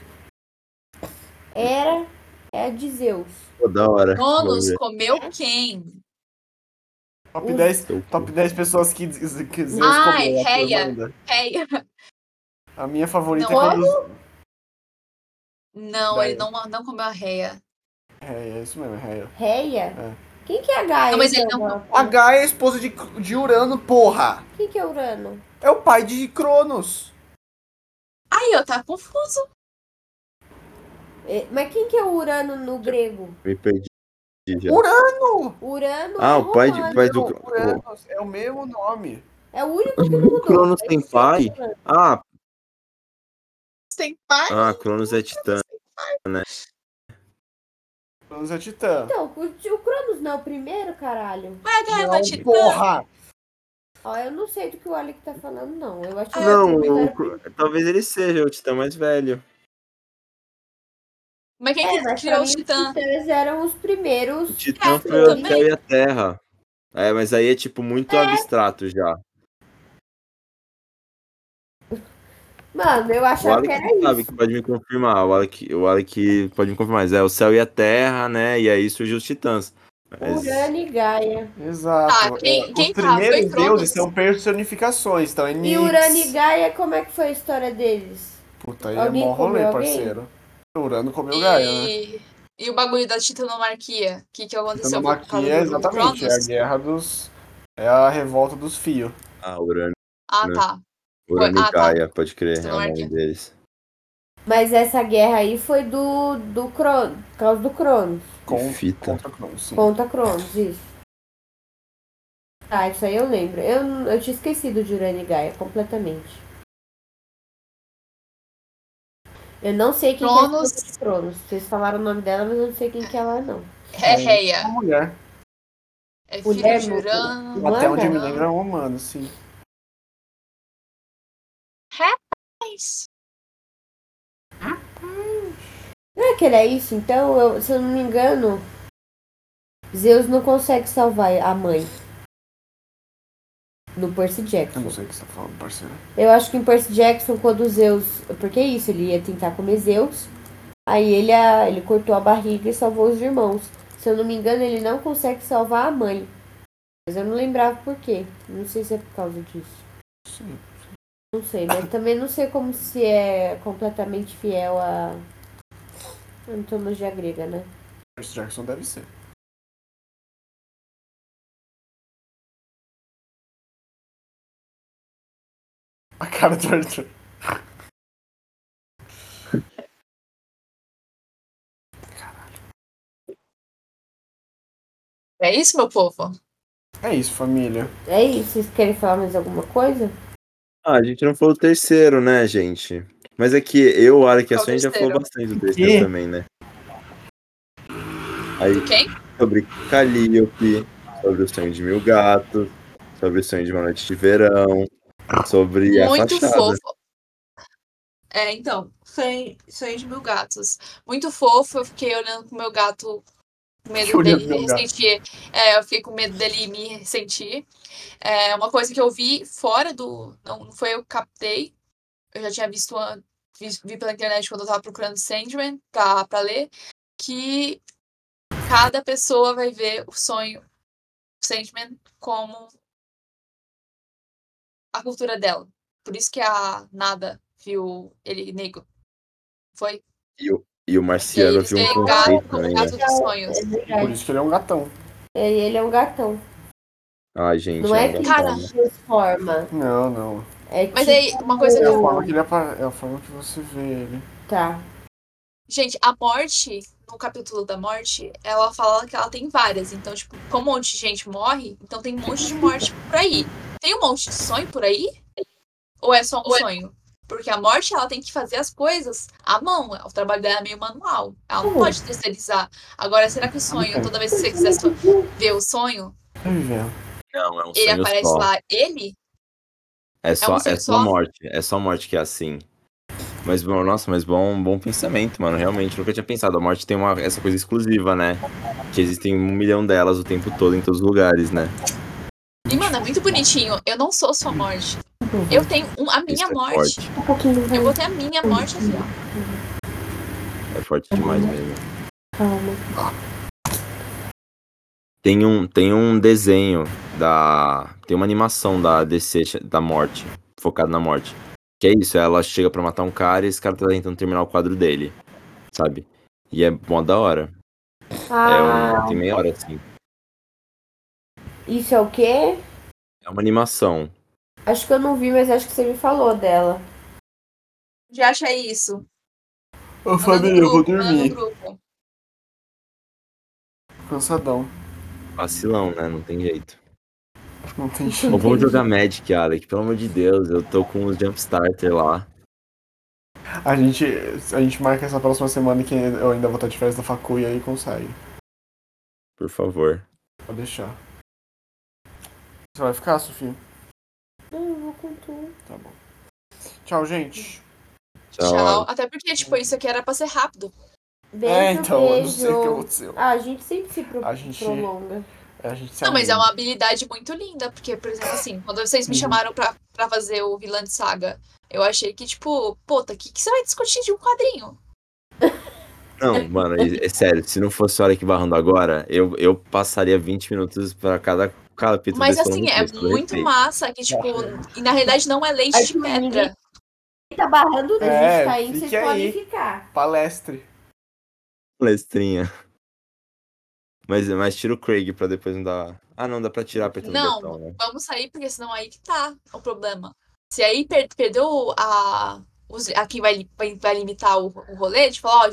[SPEAKER 2] Era é a de Zeus.
[SPEAKER 3] Pô, da hora.
[SPEAKER 4] Cronos
[SPEAKER 3] Vou
[SPEAKER 4] comeu quem?
[SPEAKER 1] Top
[SPEAKER 2] Os-
[SPEAKER 1] 10,
[SPEAKER 3] ver.
[SPEAKER 1] top 10 pessoas que, diz- que Zeus
[SPEAKER 4] Ai,
[SPEAKER 1] comeu, a
[SPEAKER 4] Reia.
[SPEAKER 1] Fernanda.
[SPEAKER 4] Reia.
[SPEAKER 1] A minha favorita
[SPEAKER 4] Não.
[SPEAKER 1] é quando...
[SPEAKER 4] Não,
[SPEAKER 1] Reia.
[SPEAKER 4] ele não, não comeu a Reia.
[SPEAKER 1] Reia, é isso mesmo, é Reia.
[SPEAKER 2] Reia?
[SPEAKER 1] É.
[SPEAKER 2] Quem que é a Gaia?
[SPEAKER 4] Não, mas ele um
[SPEAKER 2] então,
[SPEAKER 4] não-
[SPEAKER 2] Rafa?
[SPEAKER 1] A Gaia é a esposa de, de Urano, porra!
[SPEAKER 2] Quem que é Urano?
[SPEAKER 1] É o pai de Cronos.
[SPEAKER 4] Aí eu tava confuso.
[SPEAKER 2] É, Mas quem que é o Urano no grego?
[SPEAKER 3] Me perdi. já.
[SPEAKER 1] Urano!
[SPEAKER 2] Urano
[SPEAKER 3] Ah,
[SPEAKER 2] é
[SPEAKER 3] o pai de-
[SPEAKER 2] romano.
[SPEAKER 3] pai do-
[SPEAKER 1] Não, Uranos, é o mesmo nome.
[SPEAKER 2] É o único que não mudou. é
[SPEAKER 3] Cronos
[SPEAKER 2] mas
[SPEAKER 3] tem
[SPEAKER 2] sempre
[SPEAKER 3] pai?
[SPEAKER 2] Urano.
[SPEAKER 3] Ah,
[SPEAKER 4] Sem pai?
[SPEAKER 3] ah, Cronos é titã.
[SPEAKER 1] Cronos é Titã.
[SPEAKER 2] Então, o, o Cronos não é o primeiro, caralho.
[SPEAKER 4] Vai, Gaia, vai,
[SPEAKER 1] Não,
[SPEAKER 4] é Titã.
[SPEAKER 1] porra!
[SPEAKER 2] Ó, eu não sei do que o Alec tá falando, não. Eu acho que
[SPEAKER 3] Ah,
[SPEAKER 2] é
[SPEAKER 3] Não,
[SPEAKER 2] o
[SPEAKER 3] o
[SPEAKER 2] primeiro-
[SPEAKER 3] Cro- talvez ele seja o titã mais velho.
[SPEAKER 4] Mas quem
[SPEAKER 2] É,
[SPEAKER 4] que
[SPEAKER 2] mas pra
[SPEAKER 4] criou
[SPEAKER 2] mim
[SPEAKER 4] o
[SPEAKER 2] os
[SPEAKER 4] Titã?
[SPEAKER 2] titãs eram os primeiros.
[SPEAKER 3] O titã
[SPEAKER 4] É,
[SPEAKER 3] foi o
[SPEAKER 4] também.
[SPEAKER 3] céu e a terra. É, mas aí é tipo muito abstrato já.
[SPEAKER 2] Mano, eu
[SPEAKER 3] O
[SPEAKER 2] achava
[SPEAKER 3] Alec
[SPEAKER 2] que era
[SPEAKER 3] sabe
[SPEAKER 2] isso.
[SPEAKER 3] que pode me confirmar. O Alec, o Alec pode me confirmar. Mas é o céu e a terra, né? E aí surgiu os titãs. Mas-
[SPEAKER 2] Urano e Gaia.
[SPEAKER 1] Exato.
[SPEAKER 4] Tá, quem-
[SPEAKER 1] É,
[SPEAKER 4] quem
[SPEAKER 1] Os
[SPEAKER 4] tá? Foi
[SPEAKER 1] primeiros
[SPEAKER 4] Cronos?
[SPEAKER 1] deuses são personificações, então é Nix.
[SPEAKER 2] E Urano e Gaia, como é que foi a história deles?
[SPEAKER 1] Puta, aí
[SPEAKER 2] Alguém
[SPEAKER 1] é mó rolê,
[SPEAKER 2] comeu alguém?
[SPEAKER 1] parceiro. Urano comeu Gaia, né?
[SPEAKER 4] E... e o bagulho da titanomarquia? O que, que aconteceu
[SPEAKER 1] Então,
[SPEAKER 4] por causa
[SPEAKER 1] aqui é
[SPEAKER 4] do- do
[SPEAKER 1] exatamente, é a
[SPEAKER 4] Cronos?
[SPEAKER 1] guerra dos... É a revolta dos fios.
[SPEAKER 3] Ah, Urano,
[SPEAKER 4] Ah,
[SPEAKER 3] né?
[SPEAKER 4] tá.
[SPEAKER 3] Urano
[SPEAKER 4] Ah,
[SPEAKER 3] e
[SPEAKER 4] tá.
[SPEAKER 3] Gaia, pode crer. É o
[SPEAKER 4] Titã-marquia.
[SPEAKER 3] nome deles.
[SPEAKER 2] Mas essa guerra aí foi do, do Cronos, por causa do Cronos,
[SPEAKER 1] Com,
[SPEAKER 3] fita.
[SPEAKER 1] contra Cronos, sim.
[SPEAKER 2] contra Cronos, isso. Tá, isso aí eu lembro. Eu, n- eu tinha esquecido de Urano e Gaia completamente. Eu não sei quem que é a
[SPEAKER 4] Cronos.
[SPEAKER 2] esposa de Cronos. Vocês falaram o nome dela, mas eu não sei quem que ela é, não.
[SPEAKER 4] É Reia.
[SPEAKER 1] Uma mulher.
[SPEAKER 4] É filho
[SPEAKER 2] Mulher,
[SPEAKER 4] de
[SPEAKER 2] meu-
[SPEAKER 4] Urano.
[SPEAKER 2] Humana?
[SPEAKER 1] Até onde me lembro é um humano, sim.
[SPEAKER 4] Mas-
[SPEAKER 2] Será que era isso? Então, eu- se eu não me engano, Zeus não consegue salvar a mãe. No Percy
[SPEAKER 1] Eu não
[SPEAKER 2] Jackson.
[SPEAKER 1] sei o que você tá falando, parceiro.
[SPEAKER 2] Eu acho que em Percy Jackson, quando Zeus. Porque é isso, ele ia tentar comer Zeus. Aí ele, a- ele cortou a barriga e salvou os irmãos. Se eu não me engano, ele não consegue salvar a mãe. Mas eu não lembrava por quê. Não sei se é por causa disso.
[SPEAKER 1] Sim.
[SPEAKER 2] Não sei, mas também não sei como se é completamente fiel à à mitologia grega, né?
[SPEAKER 1] Percy Jackson deve ser. A cara do Arthur.
[SPEAKER 4] É isso, meu povo?
[SPEAKER 1] É isso, família.
[SPEAKER 2] É isso, vocês querem falar mais alguma coisa?
[SPEAKER 3] Ah, a gente não falou o terceiro, né, gente? Mas é que eu, o Alec e a
[SPEAKER 4] Qual
[SPEAKER 3] Sonia já falou
[SPEAKER 4] terceiro?
[SPEAKER 3] bastante do terceiro
[SPEAKER 1] quê?
[SPEAKER 3] também, né?
[SPEAKER 1] É
[SPEAKER 3] Aí
[SPEAKER 4] Do quem?
[SPEAKER 3] sobre Calliope, sobre o sonho de mil gatos, sobre o sonho de uma noite de verão, sobre a
[SPEAKER 4] Muito
[SPEAKER 3] fachada.
[SPEAKER 4] fofo. É, então, sonho sonho de mil gatos. Muito fofo, eu fiquei olhando pro meu gato com medo
[SPEAKER 1] Olhando
[SPEAKER 4] dele
[SPEAKER 1] pro
[SPEAKER 4] me
[SPEAKER 1] meu gato.
[SPEAKER 4] ressentir. É, eu fiquei com medo dele me ressentir. É, uma coisa que eu vi fora do. Não, não foi eu que captei. Eu já tinha visto an- vi, vi pela internet quando eu tava procurando Sandman pra, pra ler. Que cada pessoa vai ver o sonho Sandman como a cultura dela. Por isso que a Nada viu ele negro. Foi?
[SPEAKER 3] E o
[SPEAKER 4] E aí
[SPEAKER 3] Marciano
[SPEAKER 4] eles
[SPEAKER 3] viu um
[SPEAKER 4] veem o gato
[SPEAKER 3] conceito
[SPEAKER 4] como
[SPEAKER 3] também,
[SPEAKER 4] gato
[SPEAKER 3] né?
[SPEAKER 4] dos sonhos.
[SPEAKER 2] É
[SPEAKER 1] Por
[SPEAKER 2] verdade.
[SPEAKER 1] isso que ele é um gatão.
[SPEAKER 2] É, e Ele é um gatão.
[SPEAKER 3] Ai, gente,
[SPEAKER 2] Não é
[SPEAKER 3] um
[SPEAKER 2] que
[SPEAKER 3] gatão,
[SPEAKER 4] Cara.
[SPEAKER 3] né?
[SPEAKER 2] ele transforma.
[SPEAKER 1] Não, não.
[SPEAKER 2] É
[SPEAKER 4] Mas
[SPEAKER 2] tipo-
[SPEAKER 4] aí, uma coisa que
[SPEAKER 1] É a
[SPEAKER 4] eu.
[SPEAKER 1] forma que ele apa- É a forma que você vê ele.
[SPEAKER 2] Tá.
[SPEAKER 4] Gente, a morte, no capítulo da morte, ela fala que ela tem várias. Então, tipo, como um monte de gente morre, então tem um monte de morte por aí. Tem um monte de sonho por aí? Ou é só um sonho? Porque a morte, ela tem que fazer as coisas à mão. O trabalho dela é meio manual. Ela não
[SPEAKER 2] Uhum.
[SPEAKER 4] pode terceirizar. Agora, será que o sonho,
[SPEAKER 1] Ok.
[SPEAKER 4] toda vez que você quiser so- ver o sonho,
[SPEAKER 1] Tá vivendo.
[SPEAKER 3] Não, é um
[SPEAKER 4] ele
[SPEAKER 3] sonho
[SPEAKER 4] aparece
[SPEAKER 3] só.
[SPEAKER 4] lá? Ele?
[SPEAKER 3] É só,
[SPEAKER 4] sonho
[SPEAKER 3] é só
[SPEAKER 4] só?
[SPEAKER 3] morte. É só morte que é assim. Mas, bom, nossa, mas bom, bom pensamento, mano. Realmente, nunca tinha pensado. A morte tem uma, essa coisa exclusiva, né? Que existem um milhão delas o tempo todo, em todos os lugares, né?
[SPEAKER 4] E, mano, é muito bonitinho. Eu não sou sua morte. Eu tenho um- a minha
[SPEAKER 3] Isso é
[SPEAKER 4] morte.
[SPEAKER 3] forte.
[SPEAKER 2] Um pouquinho do
[SPEAKER 4] Eu
[SPEAKER 2] vento,
[SPEAKER 4] botei a minha morte aqui, ó.
[SPEAKER 3] É forte demais mesmo.
[SPEAKER 2] calma.
[SPEAKER 3] Tem um, tem um desenho da. Tem uma animação da DC cha- da morte, focado na morte. Que é isso, ela chega pra matar um cara e esse cara tá tentando terminar o quadro dele, sabe? E é mó da hora. É
[SPEAKER 2] Ah,
[SPEAKER 3] um, tem meia hora assim.
[SPEAKER 1] um-
[SPEAKER 2] isso é o quê?
[SPEAKER 3] É uma animação.
[SPEAKER 2] Acho que eu não vi, mas acho que você me falou dela.
[SPEAKER 4] Já acha isso.
[SPEAKER 1] Ô
[SPEAKER 4] Manda no
[SPEAKER 1] família, eu vou
[SPEAKER 4] grupo, manda no
[SPEAKER 1] dormir.
[SPEAKER 4] grupo.
[SPEAKER 1] Cansadão.
[SPEAKER 3] Vacilão, né? Não tem jeito.
[SPEAKER 1] Não tem
[SPEAKER 3] Ou
[SPEAKER 1] jeito.
[SPEAKER 3] vamos jogar Magic, Alec. Pelo amor de Deus, eu tô com os Jumpstarter lá.
[SPEAKER 1] A gente, a gente marca essa próxima semana que eu ainda vou estar de férias da facu e aí consegue.
[SPEAKER 3] Por favor.
[SPEAKER 1] Vou deixar. Você vai ficar, Sofia?
[SPEAKER 2] Não, eu vou com tudo.
[SPEAKER 1] Tá bom. Tchau, gente.
[SPEAKER 3] Tchau.
[SPEAKER 4] Tchau.
[SPEAKER 3] Alec.
[SPEAKER 4] Até porque, tipo, isso aqui era pra ser rápido.
[SPEAKER 2] Beijo,
[SPEAKER 1] é, então, eu não sei o que
[SPEAKER 2] beijo.
[SPEAKER 1] aconteceu.
[SPEAKER 2] Ah, a gente sempre se pro-
[SPEAKER 1] A gente-
[SPEAKER 2] prolonga.
[SPEAKER 1] A gente se
[SPEAKER 4] Não, mas é
[SPEAKER 1] anima.
[SPEAKER 4] uma habilidade muito linda. Porque, por exemplo, assim, quando vocês me chamaram pra, pra fazer o vilã de saga, eu achei que, tipo, puta, o que, que você vai discutir de um quadrinho?
[SPEAKER 3] Não, mano, é, é sério, se não fosse o Alec barrando agora, eu, eu passaria 20 minutos pra cada capítulo
[SPEAKER 4] Mas
[SPEAKER 3] desse falando
[SPEAKER 4] assim, é
[SPEAKER 3] disso, com
[SPEAKER 4] muito
[SPEAKER 3] respeito.
[SPEAKER 4] massa que, tipo, e na realidade não é leite de
[SPEAKER 2] Acho que ninguém-
[SPEAKER 4] pedra.
[SPEAKER 2] Quem tá barrando, a
[SPEAKER 1] É,
[SPEAKER 2] gente tá indo, vocês
[SPEAKER 1] fique aí.
[SPEAKER 2] podem ficar.
[SPEAKER 1] Palestre.
[SPEAKER 3] Palestrinha. Mas, mas tira o Craig pra depois não dar. Ah, não, dá pra tirar apertando
[SPEAKER 4] Não.
[SPEAKER 3] o botão, né?
[SPEAKER 4] Vamos sair, porque senão aí que tá o problema. Se aí per- perdeu a, os, a quem vai, li- vai, vai limitar o, o rolê, tipo, ó,